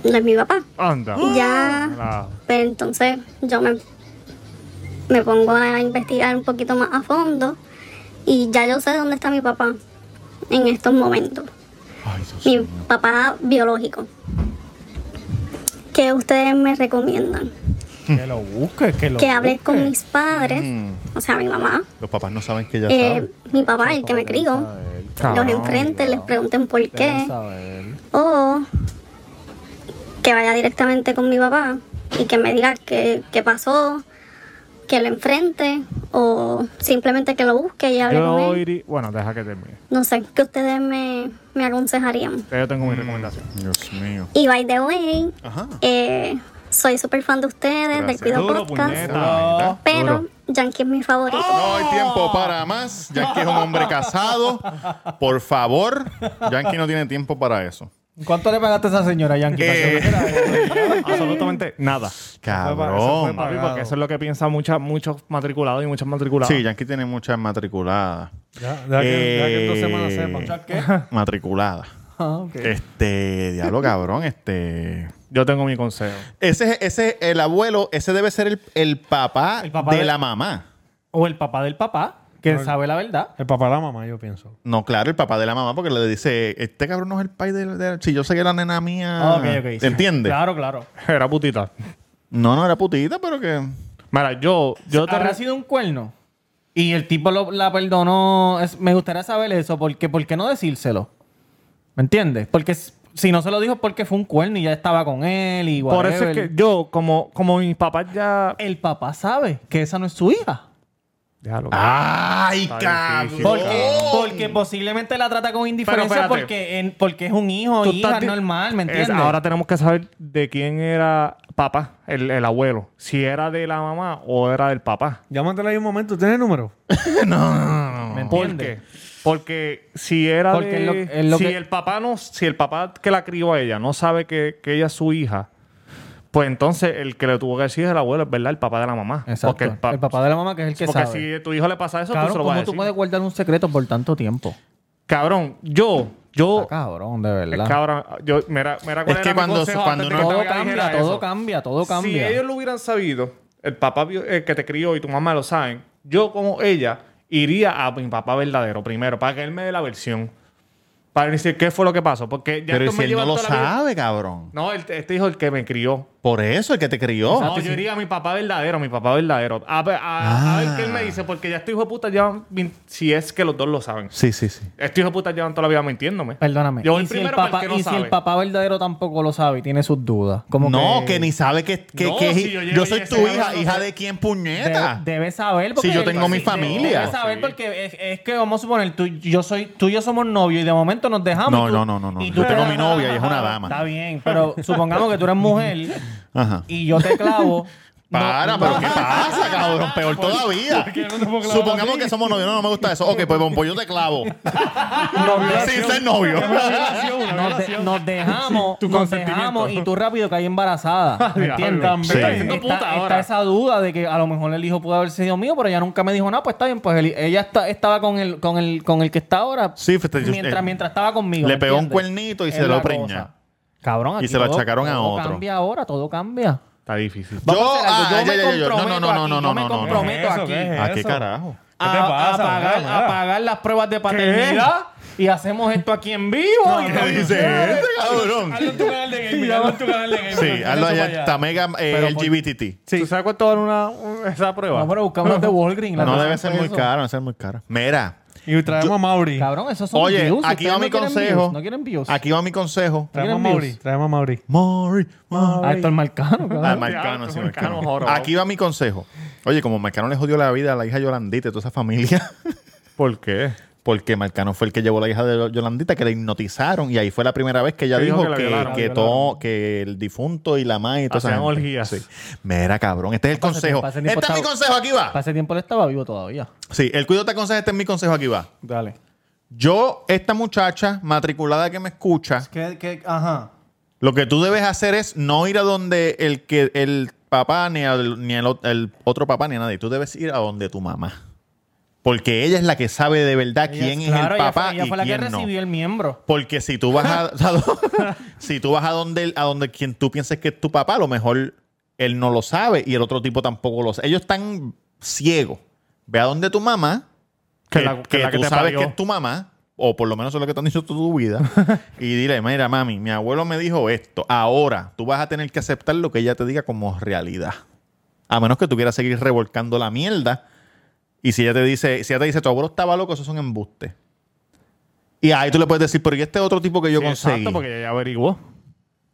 S9: no es mi papá.
S6: Anda.
S9: Uh. Ya
S6: Ah.
S9: pues entonces yo me, me pongo a investigar un poquito más a fondo y ya yo sé dónde está mi papá en estos momentos. mi papá biológico. ¿Qué ustedes me recomiendan?
S1: Que lo busques, que lo
S9: Que hables
S1: busques.
S9: con mis padres, o sea, mi mamá,
S2: Los papás no saben que ya
S9: eh,
S2: saben.
S9: mi papá, el que me crió, los enfrente, les pregunten por qué, o que vaya directamente con mi papá y que me diga qué, qué pasó, que lo enfrente, o simplemente que lo busque y hable
S6: Yo
S9: con él.
S6: iría- Bueno, deja que termine.
S9: No sé, ¿qué ustedes me, me aconsejarían?
S6: Ya Yo tengo mi recomendación.
S2: Dios mío.
S9: Y by the way,
S2: Ajá.
S9: eh, soy súper fan de ustedes,
S2: Gracias.
S9: del Cuido
S6: Duro,
S9: Podcast.
S6: puñeta.
S9: Pero Yankee es mi favorito.
S2: No hay tiempo para más. Yankee es un hombre casado. Por favor, Yankee no tiene tiempo para eso.
S1: ¿Cuánto le pagaste a esa señora, Yankee?
S2: Eh.
S6: Absolutamente nada. Eso fue
S2: Cabrón.
S6: papi, porque eso es lo que piensan mucha- muchos matriculados y muchas matriculadas.
S2: Sí, Yankee tiene muchas matriculadas. Eh,
S4: Ya, deja que, deja que en dos semanas sepan.
S2: <laughs> Matriculadas.
S1: <laughs> Ah, ok.
S2: Este, diablo cabrón, este.
S6: Yo tengo mi consejo.
S2: Ese, ese, el abuelo, ese debe ser el, el papá,
S1: El papá
S2: de,
S1: de-
S2: la mamá.
S1: O el papá del papá, que sabe la verdad.
S4: El papá de la mamá, yo pienso.
S2: No, claro, el papá de la mamá, porque le dice, este cabrón no es el pai de, de- Si yo sé que la nena mía.
S1: Ah, ok, ok.
S2: ¿Entiendes?
S1: Claro, claro.
S6: Era putita.
S2: No, no era putita, pero que.
S6: Mira, yo, yo te
S1: ¿Habrá
S6: re-
S1: sido un cuerno? Y el tipo lo- la perdonó. Es- me gustaría saber eso, porque ¿por qué no decírselo? ¿Me entiendes? Porque s- si no se lo dijo es porque fue un cuerno y ya estaba con él y
S6: Por eso es
S1: whatever.
S6: que yo, como, como mis papás ya.
S1: el papá sabe que esa no es su hija.
S6: Déjalo.
S2: ¡Ay,
S6: Está
S2: cabrón!
S6: difícil,
S1: Porque, porque posiblemente la trata con indiferencia
S6: espérate.
S1: porque, en- porque es un hijo o
S6: Tú estás
S1: hija
S6: di-
S1: normal, ¿me
S6: Es-
S1: entiendes?
S6: ahora tenemos que saber de quién era papá, el, el abuelo. Si era de la mamá o era del papá.
S4: Llámatela ahí un momento. ¿Tienes el número?
S1: ¿Me
S6: ¿Por
S1: entiendes?
S6: qué? Porque si era
S1: Ah. Porque
S6: de-
S1: es lo- es lo
S6: si
S1: que-
S6: el papá no, si el papá que la crió a ella no sabe que, que ella es su hija, pues entonces el que le tuvo que decir es el abuelo, es verdad, el papá de la mamá.
S1: Exacto.
S6: Porque el, pa-
S1: el papá de la mamá que es el que
S6: porque
S1: sabe.
S6: si a tu hijo le pasa eso, tú
S1: Cabrón,
S6: se lo vas a
S1: ¿cómo
S6: decir.
S1: tú puedes guardar un secreto por tanto tiempo?
S6: Cabrón, yo, yo,
S1: Está cabrón, de
S6: es
S1: verdad.
S6: que ahora, yo, mira, mira cuál
S2: Es
S6: era
S2: que
S6: mi
S2: cuando-
S6: consejo
S2: cuando
S6: antes de
S2: uno-
S6: que
S1: todo
S6: te dijera
S1: cambia, todo
S6: eso.
S1: cambia, todo cambia.
S6: Si ellos lo hubieran sabido, el papá bio- eh, que te crió y tu mamá lo saben, yo como ella iría a mi papá verdadero primero para que él me dé la versión. Para decir qué fue lo que pasó. Porque ya
S2: Pero ¿y
S6: esto
S2: si
S6: me
S2: él
S6: lleva
S2: no lo
S6: toda la vida-
S2: sabe, cabrón.
S6: No, el- este hijo es el que me crió.
S2: Por eso, el que te crió.
S1: Ah,
S6: No, yo iría a mi papá verdadero, mi papá verdadero. A, ver- a- a ver qué él
S2: Ah.
S6: me dice, porque ya este hijo de puta lleva. min- Si es que los dos lo saben.
S2: Sí, sí, sí.
S6: Este hijo de puta llevan toda la vida mintiéndome.
S1: Perdóname.
S6: Yo voy
S1: ¿Y, si el
S6: primero para el
S1: papá,
S6: que no
S1: y si
S6: sabe.
S1: el papá verdadero tampoco lo sabe y tiene sus dudas. Como
S2: no,
S1: que,
S2: que ni sabe que, que,
S6: No,
S2: que-
S6: si yo
S2: yo,
S6: llego y
S2: soy
S6: ese
S2: tu
S6: cabrón
S2: hija,
S6: no
S2: hija
S6: sabe.
S2: de quién
S1: de-
S2: puñeta.
S1: debe saber.
S2: Si yo
S1: él-
S2: tengo mi
S1: debe-
S2: familia.
S1: Debe saber
S6: Sí.
S1: porque es, es que vamos a suponer, tú, yo soy, tú y yo somos novios y de momento nos dejamos.
S2: No,
S1: y tú-
S2: no, no, no, no.
S1: y
S2: Yo
S1: tú-
S2: tengo mi novia y es una dama.
S1: Está bien, pero supongamos que tú eres mujer
S2: Ajá.
S1: y yo
S2: <laughs>
S1: te clavo. No,
S2: Para,
S1: no,
S2: pero ¿qué pasa, cabrón? Peor todavía. Supongamos que somos novios. No, no me gusta eso. Ok, pues, pues yo te clavo. Ah, Sin ser novio.
S1: nos, de- nos dejamos,
S6: Tu
S1: nos
S6: consentimiento.
S1: dejamos y tú rápido caí
S2: <laughs>
S1: embarazada. ¿me
S6: Diablo,
S1: entiendes?
S6: me está diciendo
S1: Está,
S6: puta
S1: está
S6: ahora.
S1: esa duda de que a lo mejor el hijo pudo haber sido mío, pero ella nunca me dijo nada, pues está bien, pues el- ella está- estaba con el, con el, con el que está ahora.
S2: Sí, fue- te-
S1: mientras,
S2: eh,
S1: mientras estaba conmigo.
S2: le
S1: ¿me
S2: pegó un
S1: entiendes?
S2: cuernito y
S1: Es
S2: se lo
S1: la
S2: preña.
S1: cosa. Cabrón,
S2: Y
S1: aquí
S2: se lo
S1: todo-
S2: achacaron a
S1: todo
S2: otro.
S1: cambia ahora, todo cambia.
S6: Está difícil.
S2: Yo,
S1: Vamos a hacer algo.
S2: ah, ya,
S1: Yo
S2: ya, ya,
S1: me
S2: yo. No, no,
S1: comprometo
S2: no, no,
S1: aquí,
S2: no,
S1: yo me
S2: no, no, no.
S1: comprometo
S4: ¿Qué es eso?
S1: aquí.
S4: ¿Qué es
S2: ¿A qué
S4: eso?
S2: carajo?
S1: a,
S4: te pasa,
S1: a pagar,
S4: mira, mira? <laughs>
S1: a pagar las pruebas de paternidad y hacemos esto aquí en vivo. y
S2: ¿Qué dice este, cabrón?
S4: Hazlo en tu canal de gaming. Hazlo en tu canal de gaming.
S2: Sí, hazlo allá. Está mega eh,
S1: por-
S2: LGBT.
S6: ¿Tú sabes cuánto vale una, un- esa prueba?
S1: No, pero buscamos los de Walgreens. la
S2: No
S1: cosa
S2: debe
S1: es
S2: ser muy
S1: eso.
S2: caro, no debe ser muy caro. Mira,
S4: Y traemos a Mauri.
S1: Cabrón, esos son
S2: oye,
S1: views.
S2: aquí va
S1: Ustedes
S2: mi
S1: no quieren
S2: consejo.
S1: views, No quieren views.
S2: Aquí va mi consejo.
S4: Traemos a
S1: ¿Quieren
S4: Mauri.
S1: views?
S4: Traemos a Mauri.
S2: Mori, Mori.
S1: Ah, esto es Marcano, cabrón.
S2: Ah, Marcano, sí,
S6: Marcano,
S2: Marcano.
S6: jorobado.
S2: Aquí va mi consejo. Oye, como Marcano le jodió la vida a la hija Yolandita y toda esa familia,
S6: ¿Por qué?
S2: <laughs> porque Marcano fue el que llevó la hija de Yolandita, que la hipnotizaron, y ahí fue la primera vez que ella
S6: Que dijo
S2: dijo
S6: que la
S2: que,
S6: violaron,
S2: que
S6: violaron.
S2: todo- que el difunto y la madre y toda esa
S6: Hacían
S2: gente.
S6: orgías.
S2: Sí. Mira, cabrón, este es el
S1: Pasa
S2: consejo.
S1: tiempo, pasa
S2: Este
S1: tiempo,
S2: es mi
S1: estaba-
S2: consejo, aquí va.
S1: Hace tiempo él estaba vivo todavía.
S2: Sí, el cuido te aconseja, este es mi consejo, aquí va.
S1: Dale.
S2: Yo, esta muchacha matriculada que me escucha,
S1: ¿Qué, qué, ajá.
S2: lo que tú debes hacer es no ir a donde el que el papá ni, al- ni el, ot- el otro papá ni a nadie. Tú debes ir a donde tu mamá. Porque ella es la que sabe de verdad quién
S1: Claro,
S2: es el
S1: ella
S2: papá
S1: fue- ella fue,
S2: y
S1: la que
S2: quién no.
S1: recibió el miembro.
S2: Porque si tú vas a,
S6: <laughs>
S2: a do- si tú vas a donde a donde quien tú pienses que es tu papá, a lo mejor él no lo sabe y el otro tipo tampoco lo sabe. Ellos están ciegos. Ve a donde tu mamá, que,
S6: Que la-
S2: que
S6: que la
S2: tú
S6: que te
S2: sabes
S6: parió.
S2: que es tu mamá, o por lo menos eso es lo que te han dicho toda tu
S6: <laughs>
S2: vida, y dile, mira, mami, mi abuelo me dijo esto. Ahora tú vas a tener que aceptar lo que ella te diga como realidad. A menos que tú quieras seguir revolcando la mierda. Y si ella te dice, si ella te dice, tu abuelo estaba loco, esos son embustes. Y ahí tú le puedes decir, pero ¿y este otro tipo que yo
S6: Sí,
S2: conseguí?
S6: Exacto, porque ella ya averiguó.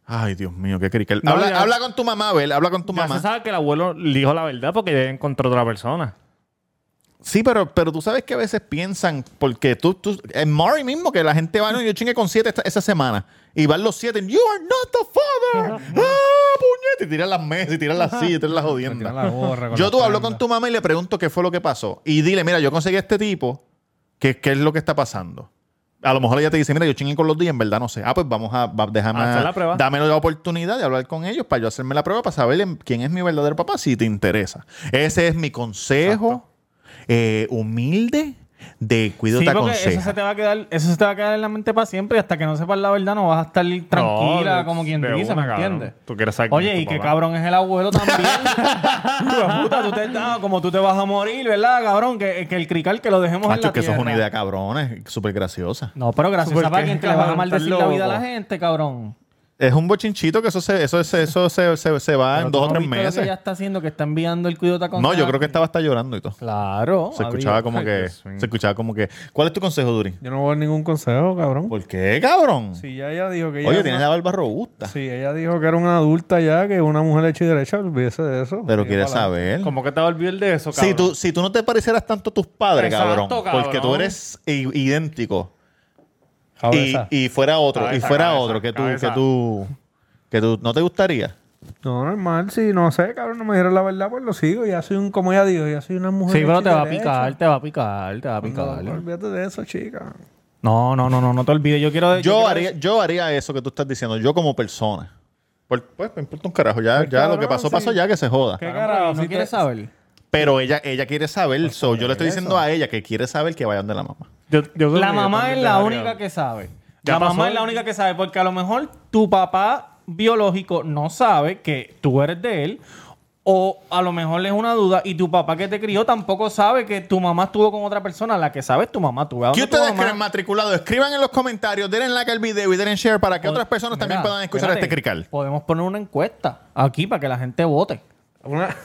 S2: Ay, Dios mío, qué crical.
S6: No,
S2: habla,
S6: ya-
S2: habla con tu mamá, Abel, habla con tu
S6: ya
S2: mamá.
S6: se sabe que el abuelo le dijo la verdad porque ella encontró otra persona.
S2: Sí, pero, pero tú sabes que a veces piensan, porque tú, tú en Murray mismo, que la gente va, no, yo chingue con siete esta- esa semana, y van los siete, you are not the father. ¡Ah, puñete! Y tiran las mesas, y tiran las sillas, y tiran las jodiendas. Yo tú hablo con tu mamá y le pregunto qué fue lo que pasó. Y dile, mira, yo conseguí a este tipo, ¿qué, qué es lo que está pasando? A lo mejor ella te dice, mira, yo chingué con los días, en verdad no sé. Ah, pues vamos a, va- déjame,
S6: Hacer la prueba.
S2: dame la oportunidad de hablar con ellos para yo hacerme la prueba, para saber en- quién es mi verdadero papá, si te interesa. Ese es mi consejo eh, humilde de cuido
S1: Sí,
S2: te
S1: porque
S2: aconseja.
S1: eso se te va a quedar, eso se te va a quedar en la mente para siempre y hasta que no sepas la verdad no vas a estar tranquila
S6: No,
S1: como quien
S6: de
S1: dice,
S6: una,
S1: ¿me
S6: cabrón.
S1: entiendes?
S6: Tú quieres saber quién
S1: Oye,
S6: es
S1: y
S6: tu
S1: qué
S6: papá.
S1: cabrón es el abuelo también. Hijo de puta, tú te, no, como tú te vas a morir, ¿verdad, cabrón? Que, que el crical que lo dejemos en
S2: Macho,
S1: la
S2: que eso es una
S1: tierra.
S2: idea cabrona, súper graciosa.
S1: No, pero gracias
S6: Súper
S1: a alguien que le van a
S6: cabrón,
S1: maldecir
S6: estás
S1: la vida a la
S6: loco.
S1: gente, cabrón.
S2: Es un bochinchito que eso se, eso, se- eso se, se- se va
S1: Pero
S2: en
S1: tú
S2: dos o
S1: no
S2: tres
S1: viste lo que
S2: meses.
S1: ella está haciendo que está enviando el cuidado
S2: No, yo creo que estaba hasta llorando y todo.
S1: Claro.
S2: Se
S1: había-
S2: escuchaba como
S6: Ay,
S2: que.
S6: Dios mío.
S2: Se escuchaba como que. ¿Cuál es tu consejo, Duri?
S4: Yo no voy a dar ningún consejo, cabrón.
S2: ¿Por qué, cabrón?
S4: Si ya ella dijo que ella
S2: Oye,
S4: era
S2: tienes
S4: una-
S2: la barba robusta.
S4: Si ella dijo que era una adulta ya, que una mujer hecha y derecha, olvídese de eso.
S2: Pero
S4: Sigue
S2: quieres
S4: para
S2: saber.
S6: ¿Cómo que te va a olvidar de eso, cabrón?
S2: Si tú, si tú no te parecieras tanto a tus padres,
S6: Exacto,
S2: cabrón,
S6: cabrón.
S2: Porque tú eres i- idéntico.
S4: adelante.
S2: Y,
S4: Cabeza.
S2: y fuera otro.
S6: Cabeza,
S2: y fuera
S6: cabeza,
S2: otro. Que tú,
S6: cabeza.
S2: que tú. Que tú. ¿No te gustaría?
S4: No, normal, si no sé, cabrón, no me dijeron la verdad, pues lo sigo. Ya soy un, como ella dijo, ya soy una mujer.
S1: Sí, pero
S4: hecha
S1: te
S4: y
S1: va a
S4: derecha.
S1: picar, te va a picar, te va a
S4: No,
S1: picar.
S4: olvídate de eso, chica.
S1: No, no, no, no, no te olvides. Yo quiero.
S2: Yo
S1: quiero-
S2: haría, yo haría eso que tú estás diciendo. Yo como persona. Por- pues me importa un carajo. Ya, ya lo que
S4: cabrón,
S2: pasó, pasó
S4: sí.
S2: ya que se joda.
S4: ¿Qué
S1: Cabrón,
S4: carajo?
S1: ¿y ¿No
S4: Si
S1: quieres
S4: te-
S1: saber?
S2: Pero ella, ella quiere saber.
S6: Pues
S2: so, yo le estoy diciendo a ella que quiere saber que vayan de la mamá.
S6: Yo- yo creo que
S1: La
S6: yo
S1: mamá
S6: también
S1: es la
S6: dejaría-
S1: única que sabe.
S6: Ya
S1: La mamá
S6: pasó.
S1: es la única que sabe, porque a lo mejor tu papá biológico no sabe que tú eres de él, o a lo mejor es una duda, y tu papá que te crió tampoco sabe que tu mamá estuvo con otra persona. La que sabe es tu mamá. Tú ve a
S2: ¿Qué
S1: donde tu
S2: ustedes
S1: mamá-
S2: creen matriculado? Escriban en los comentarios, denle like al video y denle share para que otras personas también
S1: Mira,
S2: puedan escuchar
S1: espérate,
S2: este
S1: <laughs>
S2: crical.
S1: Podemos poner una encuesta aquí para que la gente vote.
S4: Una-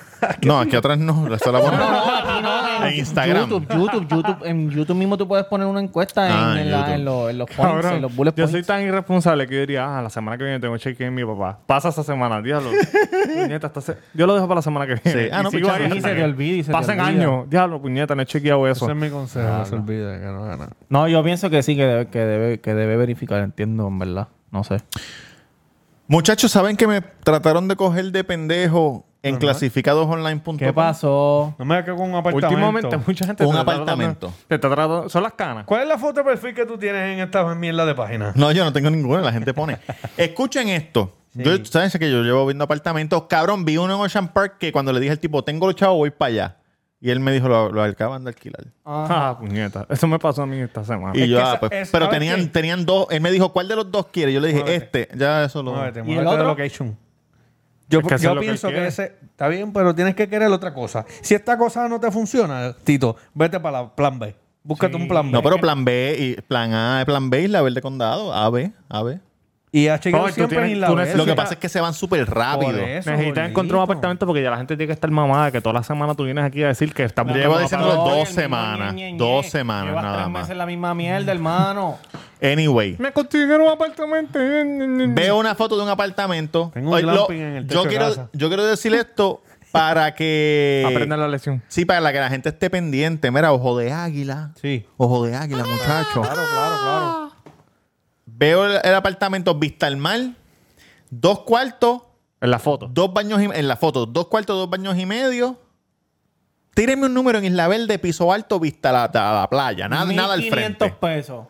S2: No, aquí atrás no. Esto la ponemos. En Instagram.
S1: YouTube, YouTube, YouTube. En YouTube mismo tú puedes poner una encuesta en,
S2: Ah, en
S1: en la-
S2: YouTube.
S1: en los- en los points,
S6: Cabrón,
S1: en los bullet
S6: yo
S1: points.
S6: soy tan irresponsable que yo diría, ah, la semana que viene tengo cheque en mi papá. Pasa esa semana,
S2: <laughs>
S6: diablo. Puñeta, esta se- Yo lo dejo para la semana que viene.
S2: Sí. Ah,
S6: Y
S2: no,
S6: sigo
S2: pues,
S6: ahí
S1: chavo, y
S6: hasta
S1: se te
S6: que
S1: olvida, y se te
S6: Pasan
S1: olvida.
S6: años. Diablo, puñeta, no he chequeado eso.
S4: Ese es mi consejo, Ah, no se olvide que no gana.
S1: No, yo pienso que sí, que debe, que debe, que debe verificar, entiendo, en verdad. No sé.
S2: Muchachos, ¿saben que me trataron de coger de pendejo en clasificadosonline.com?
S1: ¿Qué pasó?
S4: No me da que con un apartamento.
S6: Últimamente mucha gente...
S2: Un
S6: te está
S2: apartamento.
S6: tratando- Te está tratando... Son las canas.
S4: ¿Cuál es la foto de perfil que tú tienes en esta mierda de página?
S2: No, yo no tengo ninguna, la gente pone. Escuchen esto. Yo, ¿Sabes que yo llevo viendo apartamentos? Cabrón, vi uno en Ocean Park que cuando le dije al tipo, tengo los chavos, voy para allá. Y él me dijo, lo, lo acaban de alquilar.
S6: Ah, puñeta. Eso me pasó a mí esta semana.
S2: Y
S4: Es
S2: yo,
S4: que
S2: ah,
S4: esa-
S2: pues,
S4: es-
S2: pero
S4: ¿sabes
S2: tenían,
S4: qué?
S2: tenían dos. Él me dijo, ¿cuál de los dos quiere? Yo le dije,
S4: Muévete.
S2: este. Ya eso lo.
S4: Muévete,
S1: ¿Y
S4: muévete
S1: el
S4: de
S1: otro?
S4: location. Yo,
S6: Es que eso
S4: yo
S6: es lo que
S4: pienso
S6: él
S4: que,
S6: quiere.
S4: ese está bien, pero tienes que querer otra cosa. Si esta cosa no te funciona, Tito, vete para la plan B. Búscate un plan B.
S2: No, pero plan B y plan A, plan B y la verde condado, A, B, A, B.
S4: Y ha chequeado
S6: No, y tú
S4: siempre
S6: tienes-
S4: en la
S6: tú
S4: B.
S6: necesitas-
S2: Lo que pasa es que se van súper rápido.
S4: Por eso,
S6: Necesitas
S4: gordito.
S6: encontrar un apartamento porque ya la gente tiene que estar mamada que toda la semana tú vienes aquí a decir que estamos...
S2: Llevo diciéndolo dos
S1: Oye, el mismo
S2: semanas,
S1: ñe, ñe, ñe.
S2: dos semanas
S1: Llevas
S2: nada
S1: tres
S2: más.
S1: meses en la misma mierda,
S2: <laughs>
S1: hermano.
S2: Anyway,
S6: Me consiguieron un apartamento. Eh,
S2: veo una foto de un apartamento.
S4: Mm. Tengo un glamping en el techo
S2: yo,
S4: de
S2: quiero,
S4: casa.
S2: yo quiero decir esto para
S4: <laughs>
S2: que...
S6: Aprendan la lección.
S2: Sí, para la que la gente esté pendiente. Mira, ojo de águila.
S6: Sí.
S2: Ojo de águila, muchachos.
S6: Claro, claro, claro.
S2: Veo el, el apartamento vista al mar, dos cuartos,
S6: En la foto.
S2: dos baños y, en la foto, dos cuartos, dos baños y medio. Tírenme un número en Isla Verde, piso alto, vista a la, a la playa. Nada, nada al
S1: 1500
S2: frente.
S1: pesos.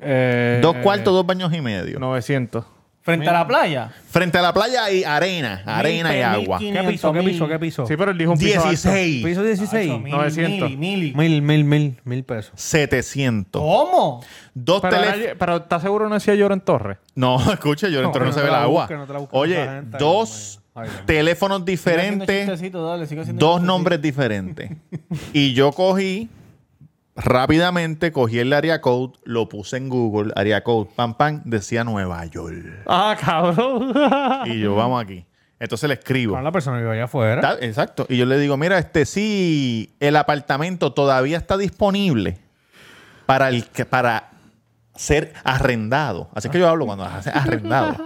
S6: Eh,
S2: Dos cuartos, dos baños y medio.
S6: 900.
S1: Frente a la playa.
S2: Frente a la playa y arena, arena y
S1: Mil-
S2: agua.
S1: mil
S4: ¿Qué piso? ¿Qué piso? ¿Qué piso?
S6: Sí, pero él dijo un piso alto.
S2: 16,
S4: Piso 16.
S1: Mil,
S6: 900.
S1: mili, mili.
S4: Mil, mil, mil, mil pesos.
S2: 700.
S1: ¿Cómo?
S2: Dos
S6: Pero,
S2: teléfonos.
S6: era- pero ¿estás seguro no decía Lloran Torres?
S2: No, <laughs> escucha, yo dentro no,
S4: no
S2: se
S4: te
S2: ve el
S4: la
S2: agua.
S4: busques, no te la busques,
S2: Oye,
S4: esa gente ahí,
S2: dos
S4: Dios mío. Ay,
S2: teléfonos
S1: Sigue haciendo
S2: diferentes,
S1: chistecito, dale, sigue haciendo
S2: dos
S1: chistecito.
S2: nombres
S4: <laughs>
S2: diferentes. y yo cogí, rápidamente cogí el área code, lo puse en Google, área code, pam, pam, decía Nueva York.
S6: Ah, cabrón.
S2: Y yo, vamos aquí. Entonces le escribo.
S4: Ah.
S1: Ah,
S4: Con la persona que iba allá afuera.
S2: Tal- Exacto. Y yo le digo, mira, este sí, el apartamento todavía está disponible para el que- para ser arrendado. Así que yo hablo cuando hace arrendado.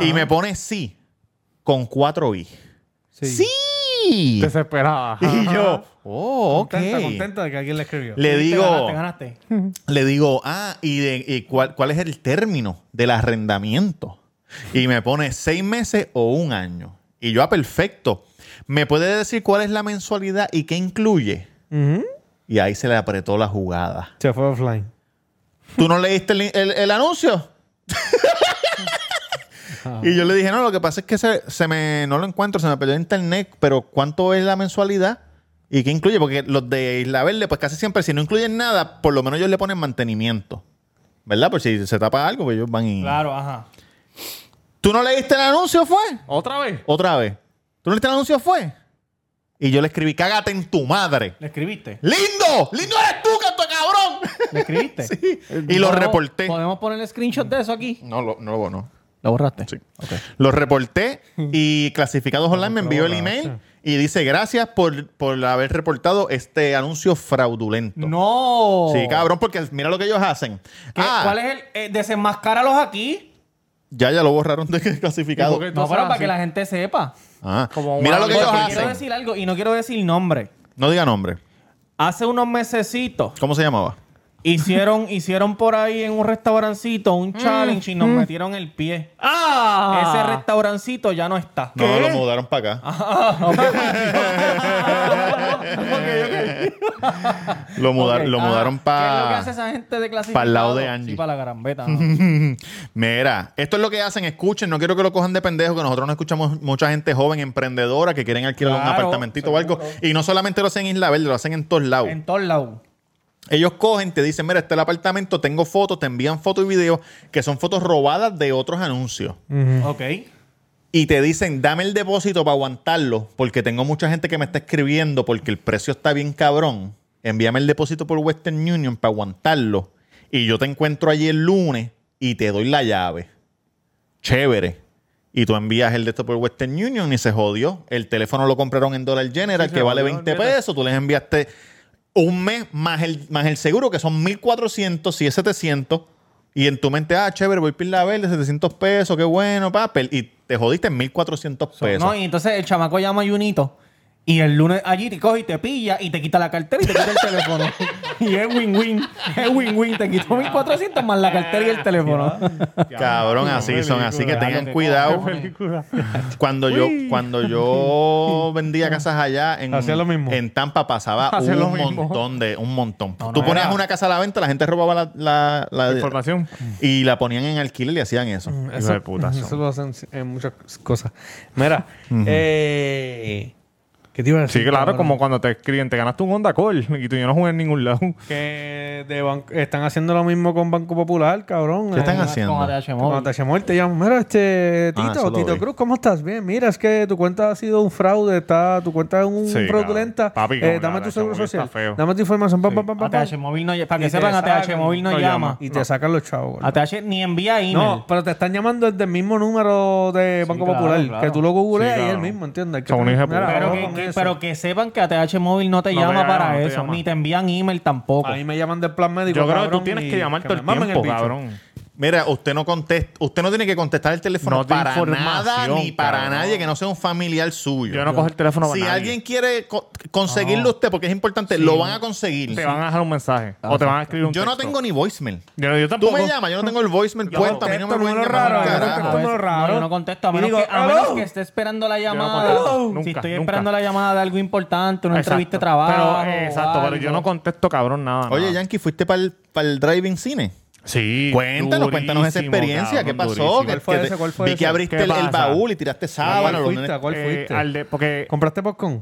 S4: <laughs>
S2: Y me pone sí con cuatro i. Sí.
S6: Desesperada.
S2: Y yo, oh, ok.
S4: Contenta, contenta de que alguien le escribió.
S2: Le
S1: Te
S2: digo,
S1: ganaste, ganaste.
S2: le digo, ah, y, de, y cuál, cuál es el término del arrendamiento. Y me pone seis meses o un año. Y yo, ah, perfecto. ¿Me puede decir cuál es la mensualidad y qué incluye?
S4: Ujú.
S2: Y ahí se le apretó la jugada.
S4: Se fue offline.
S2: ¿Tú no leíste el, el- el anuncio?
S1: <laughs>
S2: y yo le dije, no, lo que pasa es que se, se me, no lo encuentro, se me perdió el internet, pero ¿cuánto es la mensualidad? ¿Y qué incluye? Porque los de Isla Verde, pues casi siempre, si no incluyen nada, por lo menos ellos le ponen mantenimiento. ¿Verdad? Por si se tapa algo, pues ellos van y...
S1: Claro, ajá.
S2: ¿Tú no leíste el anuncio, fue?
S6: ¿Otra vez?
S2: Otra vez. ¿Tú no leíste el anuncio, fue? Y yo le escribí, cágate en tu madre.
S1: ¿Le escribiste?
S2: ¡Lindo! ¡Lindo eres tú, canto de cabrón! <laughs>
S1: ¿Le escribiste?
S2: y lo
S1: ¿Podemos-
S2: reporté.
S1: ¿Podemos poner el screenshot de eso aquí?
S2: No, lo, no, lo- no.
S1: ¿Lo borraste?
S2: Sí. Lo
S1: <laughs>
S2: reporté y Clasificados Online me envió el email y dice gracias por, por haber reportado este anuncio fraudulento.
S1: ¡No!
S2: Sí, cabrón, porque mira lo que ellos hacen.
S1: ¿Qué-
S2: Ah,
S1: ¿Cuál es el...? eh, desenmascáralos aquí.
S2: Ya, ya lo borraron de <laughs> clasificado.
S6: ¿Y por qué?
S1: No,
S6: Entonces,
S1: pero para
S6: así.
S1: que la gente sepa.
S2: Ah,
S6: Como
S2: mira
S6: una
S2: lo que ellos
S6: ley de
S1: Quiero
S2: hacen.
S1: decir algo y no quiero decir nombre.
S2: No diga nombre.
S1: Hace unos mesecitos
S2: ¿Cómo se llamaba?
S1: hicieron, hicieron por ahí en un restaurancito un challenge y nos metieron el pie. Ese
S6: ¡Ah!
S1: restaurancito ya no está. <laughs>
S2: No, lo mudaron para acá. lo, muda-
S1: Ok.
S2: lo
S1: Ah,
S2: mudaron
S1: ¿Qué es lo que hace
S2: para...
S1: esa gente de clasificado?
S2: pa'l lado de Angie.
S1: Sí, para la garambeta.
S2: <laughs> Mira, esto es lo que hacen, escuchen, no quiero que lo cojan de pendejo, que nosotros no escuchamos mucha gente joven, emprendedora, que quieren alquilar un
S1: Claro,
S2: apartamentito o algo. Y no solamente lo hacen en Isla Verde, lo hacen en todos lados.
S1: en todos lados.
S2: Ellos cogen, te dicen, mira, este es el apartamento, tengo fotos, te envían fotos y videos, que son fotos robadas de otros anuncios.
S1: Mm. Ok.
S2: Y te dicen, dame el depósito para aguantarlo, porque tengo mucha gente que me está escribiendo porque el precio está bien cabrón. Envíame el depósito por Western Union para aguantarlo. Y yo te encuentro allí el lunes y te doy la llave. Chévere. Y tú envías el de esto por Western Union y se jodió. El teléfono lo compraron en Dollar General,
S6: Sí, se
S2: que vale
S6: jodió,
S2: 20
S6: olvídate.
S2: pesos. Tú les enviaste un mes más el, más el seguro, que son 1400, si es 700. Y en tu mente, ah, chévere, voy a la verde, 700 pesos, qué bueno, papel. Y te jodiste en 1400 pesos.
S1: No, y entonces el chamaco llama a Junito y el lunes allí te coge y te pilla y te quita la cartera y te quita el teléfono. <laughs> <laughs> y es win-win. Es win-win. Te quitó 1400 más la cartera y el teléfono.
S2: Cabrón, así son. Así que tengan cuidado.
S6: película.
S2: Cuando yo,
S6: <laughs>
S2: cuando yo vendía casas allá en,
S4: Hacía lo mismo.
S2: en Tampa pasaba
S6: Hacía lo
S2: un
S6: mismo.
S2: montón de, un montón.
S1: No, no,
S2: Tú ponías
S1: era-
S2: una casa a la venta, la gente robaba la, la- la-
S6: Información. Mm,
S2: y la ponían en alquiler y hacían eso.
S6: Hijo de puta, son.
S4: Eso lo hacen en muchas cosas.
S6: <laughs>
S4: Mira, eh, ¿qué te iba a decir?
S6: Sí, claro,
S4: cabrón?
S6: como cuando te escriben, te ganaste un Honda Call y tú yo no jugué en ningún lado.
S4: que de ban- están haciendo lo mismo con Banco Popular, cabrón.
S2: ¿Qué están
S4: Eh,
S2: haciendo?
S1: Con ADH móvil.
S4: Cuando te muerte, llaman, mira, este
S2: Ah,
S4: Tito,
S2: eso lo
S4: Tito
S2: vi.
S4: Cruz, ¿cómo estás? Bien, mira, es que tu cuenta ha sido un fraude, está, tu cuenta es un
S6: Sí,
S4: fraudulenta.
S6: cabrón. Papi,
S4: Eh,
S6: como la
S4: dame
S6: de
S4: tu seguro
S6: Chomol está
S4: social,
S6: feo.
S4: dame tu información, pam, pam, pam, pam, pam,
S1: ATH móvil no ll- Para
S4: Y
S1: que
S4: te
S1: sepan, ATH
S4: sacan,
S1: móvil no,
S6: no
S1: llama.
S6: llama.
S4: y te sacan los chavos. ¿no?
S1: ATH ni envía email.
S4: No, pero te están llamando desde el mismo número de Banco
S1: claro,
S4: Popular,
S1: claro.
S4: que tú lo googleas
S6: Sí,
S4: y es el
S6: claro.
S4: mismo, ¿entiendes?
S6: Son un hijo de puta.
S4: Mira,
S1: pero,
S4: ojo
S1: que,
S4: con
S1: que-
S4: eso.
S1: pero que sepan que ATH móvil no
S6: No
S1: te
S6: te
S1: llama
S6: llama,
S1: para
S6: no te
S1: eso.
S6: llama.
S1: Ni te envían email tampoco.
S4: a mí me llaman del plan médico.
S6: Yo creo que
S4: cabrón,
S6: tú tienes
S4: y
S6: que llamar todo
S4: me
S6: el
S4: mamen
S6: tiempo,
S4: bicho.
S6: cabrón.
S2: Mira, usted no contesta, usted no tiene que contestar el teléfono
S6: No de
S2: para nada
S6: información,
S2: ni para
S6: cabrón.
S2: nadie que no sea un familiar suyo.
S6: Yo no cojo el teléfono para
S2: Si
S6: nadie.
S2: alguien quiere co- conseguirlo a usted, porque es importante, lo van a conseguir.
S6: Te van a dejar un mensaje o te van a escribir un
S2: Yo no
S6: texto.
S2: tengo ni voicemail.
S6: Yo, yo
S2: Tú
S6: tampoco.
S2: me llamas, yo no tengo el voicemail puesto, a mí no me
S1: contesto,
S2: pueden
S1: número
S2: llamar un
S1: raro, yo no
S2: carajo.
S1: contesto.
S4: Esto es raro.
S1: No, yo no contesto. A
S4: Y
S1: menos,
S4: digo,
S1: que, a
S4: "Hello".
S1: menos que esté esperando la llamada.
S6: contesto.
S1: si
S6: Nunca,
S1: estoy
S6: nunca.
S1: esperando la llamada de algo importante, una
S6: Exacto.
S1: entrevista de trabajo.
S6: Pero, eh, exacto,
S1: o
S6: pero yo
S1: algo.
S6: no contesto, cabrón, nada.
S2: Oye,
S6: nada.
S2: Yankee, ¿fuiste para el, driving cine?
S6: Sí.
S2: Cuéntanos,
S6: durísimo,
S2: cuéntanos esa experiencia.
S6: cabrón,
S2: ¿Qué pasó?
S6: durísimo.
S2: Que-
S6: Eh,
S2: que
S4: fue
S2: te-
S4: ese? ¿Cuál fue
S2: Vi
S4: ese?
S2: que abriste
S6: ¿Qué
S2: el, el
S6: pasa?
S2: baúl y tiraste
S4: ¿Cuál
S2: sábana. los
S4: fuiste?
S2: lunes.
S4: ¿Cuál fuiste?
S6: al de- porque,
S4: ¿Compraste popcorn?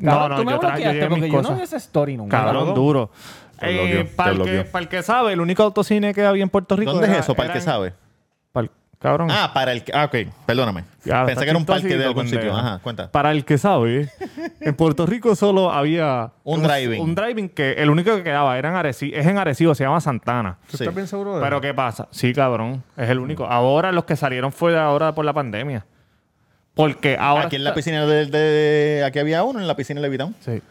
S6: no,
S1: Cabrón,
S6: no,
S1: tú me
S6: yo, tra- yo
S1: bloqueaste
S6: llevé
S1: porque
S6: mis
S1: yo no
S6: cosas.
S1: vi esa story nunca.
S6: Cabrón, duro.
S2: Te bloqueó,
S6: Eh,
S2: te
S6: para, el que,
S2: bloqueó.
S6: para el que sabe, el único autocine que había en Puerto Rico.
S2: ¿Dónde es
S6: era-
S2: eso? ¿Para el que
S6: era en-
S2: sabe?
S6: pal- cabrón.
S2: Ah, para el que. Ah, ok, perdóname.
S6: Ya,
S2: Pensé
S6: está
S2: que era un parque de
S6: chistosito,
S2: algún sitio.
S6: pendejo.
S2: Ajá, cuenta.
S6: ¿eh? Para el que sabe, ¿eh? en Puerto Rico solo había
S2: Un driving.
S6: Un driving que el único que quedaba era en Arecibo, es en Arecibo, se llama Santana.
S4: ¿Tú
S2: Sí.
S4: estás bien seguro de
S6: Pero
S4: eso?
S6: ¿qué pasa? Sí, cabrón, es el único. Ahora los que salieron fue ahora por la pandemia. Porque ahora
S2: Aquí en la
S6: está-
S2: piscina de, de- Aquí había uno en la piscina de Levitown.
S6: Sí.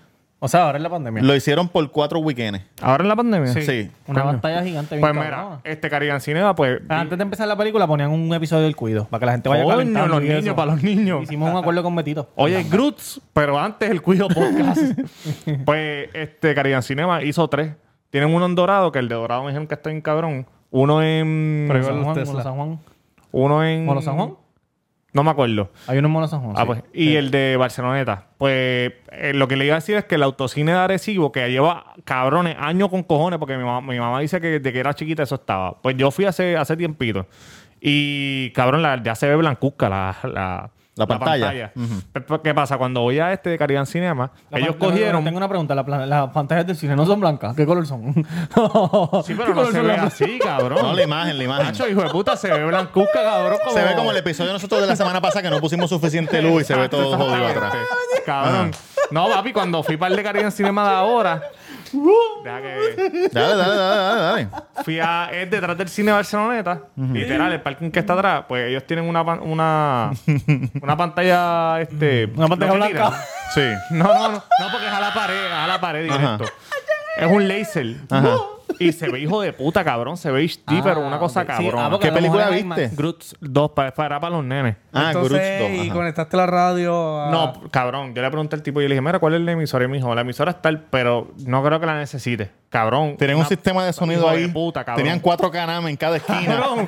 S1: O sea, ahora es la pandemia.
S2: Lo hicieron por cuatro weekends.
S6: Ahora en la pandemia.
S2: Sí.
S1: Una
S6: Coño.
S1: batalla gigante. bien
S6: Pues
S1: cabrona.
S6: mira, este Caribbean Cinema pues
S1: Antes de empezar la película ponían un episodio del cuido para que la gente vaya
S6: Coño,
S1: calentando
S6: los
S1: y
S6: niños,
S1: eso.
S6: para los niños.
S1: Hicimos un acuerdo con Betito.
S6: Oye, Groots, pero antes el Cuido Podcast.
S1: <laughs>
S6: pues este Caribbean Cinema hizo tres. Tienen uno en Dorado, que el de Dorado me dijeron que está bien cabrón. Uno en.
S4: Pero igual-
S1: San Juan,
S4: Tesla.
S1: Molo San Juan.
S6: Uno en.
S1: Molo San Juan.
S6: No me acuerdo.
S1: Hay uno en Molo San Juan.
S6: Mm. Ah,
S1: sí.
S6: pues, y el de Barceloneta. Pues eh, lo que le iba a decir es que el autocine de Arecibo, que lleva cabrones, años con cojones, porque mi mamá, mi mamá dice que desde que era chiquita eso estaba. Pues yo fui hace, hace tiempito. Y cabrón, la, ya se ve blancuzca la, la,
S2: La pantalla. Ujú.
S6: Pero, ¿Qué pasa? Cuando voy a este de Caribbean Cinema,
S1: La
S6: ellos
S1: pan-
S6: cogieron.
S1: Tengo una pregunta. La plan- Las pantallas del cine no son blancas. ¿Qué color son?
S6: <laughs> Sí,
S1: <laughs>
S6: pero no se ve así, cabrón.
S2: No, la imagen, la imagen.
S6: Nacho, hijo de puta, se ve blancuzca, cabrón. Como...
S2: Se ve como el episodio de nosotros de la semana pasada que no pusimos suficiente luz y se ve todo
S6: <laughs>
S2: jodido atrás.
S6: Cabrón. No, papi, cuando fui para el de Caribbean Cinema de ahora. Deja que.
S2: Dale, dale, dale, dale, dale.
S6: fui a es detrás del cine Barceloneta literal el parking que está atrás pues ellos tienen una pan- una una pantalla este
S1: Una pantalla
S6: lo que
S1: blanca.
S6: tiran.
S2: Sí.
S6: no no no no porque es a la pared a la pared
S2: Ajá.
S6: directo es un láser
S2: Ajá.
S6: y se ve hijo de puta cabrón se ve HD pero una cosa
S1: ok. Sí, ah,
S6: cabrón
S1: porque
S2: ¿Qué
S1: a lo
S2: película
S1: mejor hay más.
S2: viste?
S6: Groots 2 para, para, para los nenes
S2: Ah,
S4: Entonces,
S2: Grutz
S4: y
S2: dos, ajá.
S4: conectaste la radio a...
S6: no, cabrón, yo le pregunté al tipo y yo le dije, mira, ¿cuál es la emisora? Y me dijo, la emisora es tal, pero no creo que la necesite. Cabrón. <laughs>
S2: Tenían un
S6: una-
S2: sistema de sonido
S6: hijo de
S2: ahí.
S6: puta, cabrón.
S2: Tenían cuatro canames en cada esquina.
S6: cabrón.
S2: <laughs>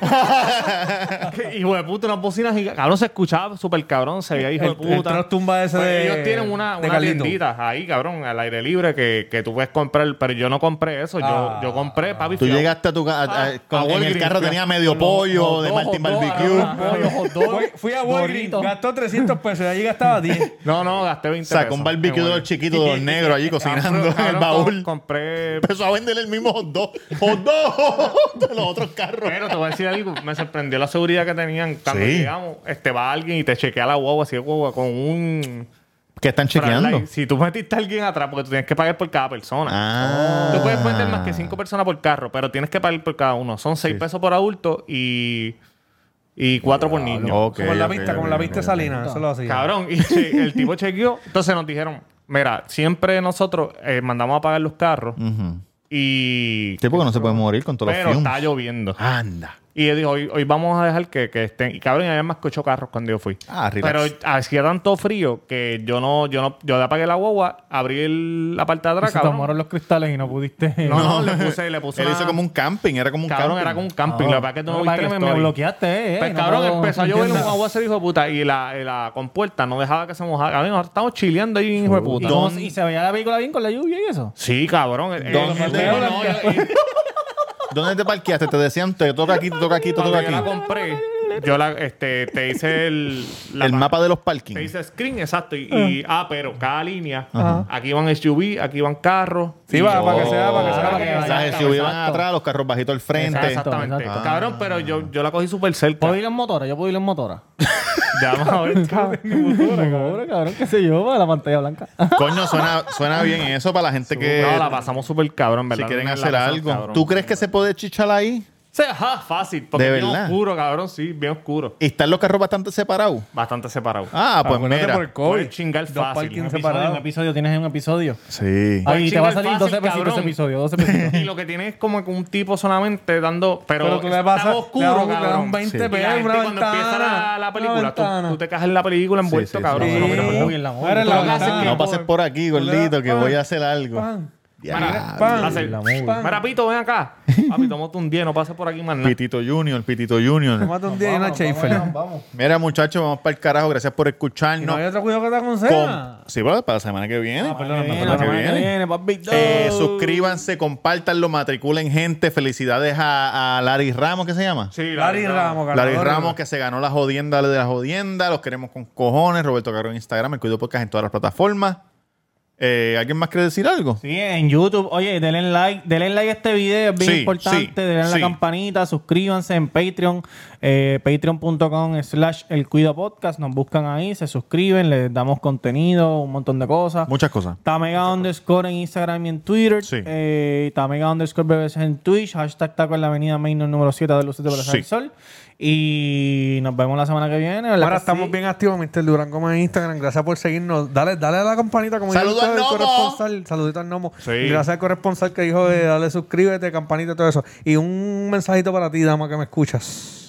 S6: Que hijo de puta, unas bocinas gigantes. Cabrón, se escuchaba súper cabrón, se veía hijo
S4: El-
S6: de
S4: el
S6: puta.
S4: tras tumba ese
S6: Pues
S4: de-
S6: Ellos tienen una,
S4: de
S6: una
S4: Carlito.
S6: tiendita ahí, cabrón, al aire libre que, que tú puedes comprar. Pero yo no compré eso. Yo,
S2: Ah.
S6: yo compré, papi.
S2: Tú
S6: fui a-
S2: llegaste a tu ca- a- a-
S6: Ah,
S2: con-
S6: a
S2: en el
S6: Walgreens,
S2: carro
S6: fui a-
S2: tenía medio pollo de Martin <laughs> Barbecue.
S4: Fui, fui a Walgreens, gastó 300 pesos y allí gastaba 10.
S6: No, no, gasté 20
S2: Sacó
S6: pesos.
S2: un barbecue de los chiquitos, de los
S6: <laughs>
S2: negros allí cocinando en el baúl.
S6: Compré
S2: Empezó a vender el mismo hot dog. ¡Hot dog! de los otros carros.
S6: Pero te voy a decir algo, me sorprendió la seguridad que tenían cuando
S2: Sí.
S6: llegamos. Este va alguien y te chequea la guagua, así de guagua, con un.
S2: ¿Qué están chequeando?
S6: flashlight. Si tú metiste a alguien atrás, porque tú tienes que pagar por cada persona.
S2: Ah.
S6: Tú puedes meter más que cinco personas por carro, pero tienes que pagar por cada uno. Son seis pesos por adulto y. y cuatro por niño.
S2: Ok,
S4: como la
S2: ok,
S4: vista,
S2: ok,
S4: como la
S2: ok,
S4: vista
S2: ok.
S4: salina, eso lo hacía.
S6: Cabrón, y che- el tipo chequeó. Entonces nos dijeron: Mira, siempre nosotros eh, mandamos a pagar los carros
S2: Ujú.
S6: y.
S2: Sí, porque no se puede morir con todos
S6: Pero
S2: los
S6: está
S2: fumes.
S6: lloviendo.
S2: Anda.
S6: Y él dijo, hoy, hoy vamos a dejar que, que estén. Y cabrón, y había más que ocho carros cuando yo fui.
S2: Ah, relax.
S6: Pero hacía tanto frío que yo no, yo no, yo le apagué la guagua, abrí el- la parte de atrás,
S1: Se
S6: cabrón.
S1: tomaron los cristales y no pudiste.
S6: No, no, le puse, le puse.
S2: Él
S6: una-
S2: hizo como un camping, era como un
S6: Cabrón,
S2: camping.
S6: era como un camping. La verdad que tú no
S1: Lo que pasa
S6: viste
S1: es
S6: la
S1: que me, me
S6: story.
S1: bloqueaste, eh.
S6: Pues
S1: no
S6: cabrón,
S1: puedo-
S6: empezó a llover un
S1: entiendo.
S6: aguacero, hijo de puta, y la, y la compuerta no dejaba que se mojara. Cabrón, nosotros estamos chileando ahí, hijo de
S1: ¿Y,
S6: puta.
S1: cómo- y se veía la película bien con la lluvia y eso.
S6: Sí, cabrón. el- el-
S2: Don-
S6: el-
S2: Don-
S6: no, <laughs> yo- y-
S2: ¿Dónde te parqueaste? Te decían, te toca aquí, te toca aquí, te toca
S6: cuando yo
S2: aquí.
S6: la compré, yo la, este, te hice el... la
S2: El
S6: pa-
S2: mapa de los
S6: Te
S2: parkings.
S6: dice screen, exacto. Y, y- ah, pero cada línea. Aquí van SUV, aquí van carros.
S4: Sí, va, para que sea, para que
S1: para que
S4: sea.
S1: vaya.
S2: Las SUV van
S1: Exacto.
S2: atrás, los carros bajitos al frente.
S1: Exacto.
S6: Exactamente. Cabrón, pero yo, yo la cogí súper cerca.
S1: ¿Puedo ir en motora? Yo puedo ir en motora.
S6: Ya vamos a ver, cabrón.
S1: Pobre cabrón, qué sé yo, para la pantalla <laughs> blanca.
S2: Coño, suena, suena bien eso para la gente que
S6: No, la pasamos súper cabrón, ¿verdad?
S2: si quieren
S6: La
S2: hacer
S6: pasamos
S2: algo.
S6: cabrón.
S2: ¿Tú crees que se puede chichar ahí?
S6: sea, ajá, fácil. Porque
S2: ¿De
S6: es bien
S2: verdad?
S6: oscuro, cabrón, sí, bien oscuro.
S2: Y están los carros bastante separados.
S6: Bastante separado.
S2: Ah, pues
S4: Acuérdate
S2: mira.
S4: por el COVID.
S6: Puedes chingar
S4: Dos
S6: fácil.
S4: parkings
S6: ¿no?
S1: Episodio, un
S4: separados.
S1: episodio, tienes un episodio.
S2: Sí.
S1: Ahí te va a
S6: chingar
S1: salir
S6: fácil,
S1: 12 pesitos ese
S6: cabrón.
S1: episodio, 12
S6: <laughs>
S1: pesitos.
S6: Y lo que tiene es como que un tipo solamente dando. Pero,
S4: Pero tú le
S6: está
S4: pasas-
S6: oscuro,
S4: le das un- le das
S6: cabrón.
S4: un 20
S6: Y la
S4: pesos,
S6: gente
S4: una
S6: cuando empieza la, la
S4: ventana, una
S6: película, tú-
S4: ventana.
S6: tú, te cagas en la película envuelto,
S2: Sí, sí,
S6: cabrón.
S2: sí.
S6: pero mira, por favor.
S1: en la móvil.
S4: Era la
S6: Lo que hace es
S4: ventana.
S6: que-
S2: Ah, No pases por aquí, gordito, que voy a hacer algo.
S4: Pan.
S2: Ya,
S4: Pan.
S6: Hacer-
S1: la móvil.
S6: Mira, Pito, ven acá. Papi, tómate un 10, no pases por aquí más
S2: <laughs>
S6: nada.
S2: Pitito Junior, Pitito Junior.
S4: Tómate un día y una Schaefer.
S2: Mira, muchachos, vamos para el carajo. Gracias por
S4: Y no
S2: escucharnos.
S4: hay otro cuidado que te
S2: Com-
S1: Ah.
S4: aconseja.
S2: Sí, bueno, para la semana que viene.
S1: Perdóname,
S2: la semana que
S1: perdóname.
S2: viene.
S1: papito.
S2: Eh, suscríbanse, compártanlo, matriculen gente. Felicidades a, a Larry Ramos, ¿qué se llama?
S6: Sí,
S4: Larry
S6: Ramos.
S4: Ramos, ganador.
S2: Larry Ramos, que se ganó la jodienda de la jodienda. Los queremos con cojones. Roberto Carrón en Instagram, el Cuido Podcast en todas las plataformas. Eh, ¿Alguien más quiere decir algo?
S1: Sí, en YouTube. Oye, denle like, denle like a este video, es bien
S2: Sí, sí,
S1: importante. denle
S2: sí.
S1: la campanita, suscríbanse en Patreon, eh, patreon.com slash el cuido podcast. Nos buscan ahí, se suscriben, les damos contenido, un montón de cosas.
S2: Muchas cosas.
S1: Tamega underscore en Instagram y en Twitter.
S2: Sí.
S1: Eh, Tamega underscore BBC en Twitch. Hashtag taco en la avenida Main número 7 de Luces de Plaza
S2: Sí.
S1: del Sol. Y nos vemos la semana que viene. ¿verdad
S4: Ahora
S1: que
S4: estamos
S1: sí?
S4: bien activos, Mr. Durán como en Instagram. Gracias por seguirnos. Dale, dale a la campanita como
S2: Saludos
S4: dice
S2: al
S4: el
S2: Nomo.
S4: corresponsal. Saludito al Nomo.
S6: Sí.
S4: Y gracias al corresponsal que dijo de dale suscríbete, campanita y todo eso. Y un mensajito para ti, dama, que me escuchas.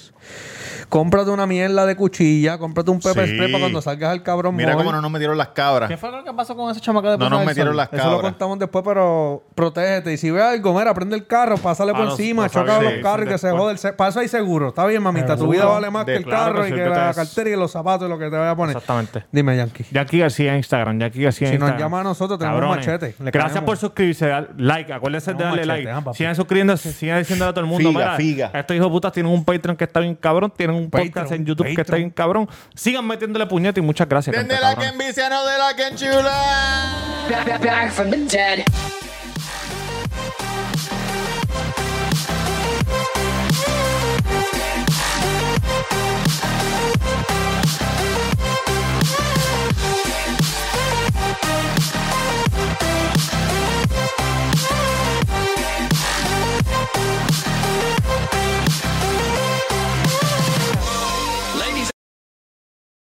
S4: Cómprate una mierda de cuchilla, cómprate un pepper
S2: Sí.
S4: spray para cuando salgas al cabrón
S2: Mira
S4: mall.
S2: cómo no nos metieron las
S1: ¿Qué
S2: cabras.
S1: fue lo que pasó con ese chamaco de
S2: No
S1: Plaza
S2: nos
S1: del
S2: metieron
S1: Sol?
S2: las
S4: Eso lo
S2: cabras.
S4: contamos después, pero protégete. Y si ve algo, mira, prende el carro, pásale por
S6: Ah, no,
S4: encima,
S6: no
S4: choca
S6: sabe,
S4: los
S6: sí,
S4: carros y
S6: sí,
S4: que se
S6: después.
S4: jode. el se- Para eso hay seguro. Está bien, mamita. Tu
S6: Seguro.
S4: vida vale más
S6: De-
S4: que el
S6: claro que
S4: carro
S6: sí,
S4: y que
S6: tú te
S4: la
S6: das-
S4: cartera y los zapatos y lo que te vaya a poner.
S6: Exactamente.
S4: Dime, Yankee.
S6: Jackie García en Instagram, Jackie García en
S4: Si nos
S6: Instagram.
S4: llama a nosotros, tenemos
S6: Cabrones.
S4: machete, le
S6: Gracias
S4: queremos.
S6: por suscribirse, dar like, acuérdense de
S4: Tenemos
S6: darle
S4: machete, ah,
S6: like.
S4: papi.
S6: Sigan suscribiéndose, sigan diciéndole a todo el mundo.
S2: Figa,
S6: mira,
S2: figa.
S6: Estos hijos de putas tienen un Patreon que está bien cabrón, tienen un
S4: Patreon,
S6: podcast en YouTube que está
S4: Patreon.
S6: bien cabrón. Sigan metiéndole puñete y muchas gracias.
S2: Denle
S6: canta,
S2: like
S6: cabrones.
S2: en vicia, no de like en chula.
S5: Back, back, back from the dead.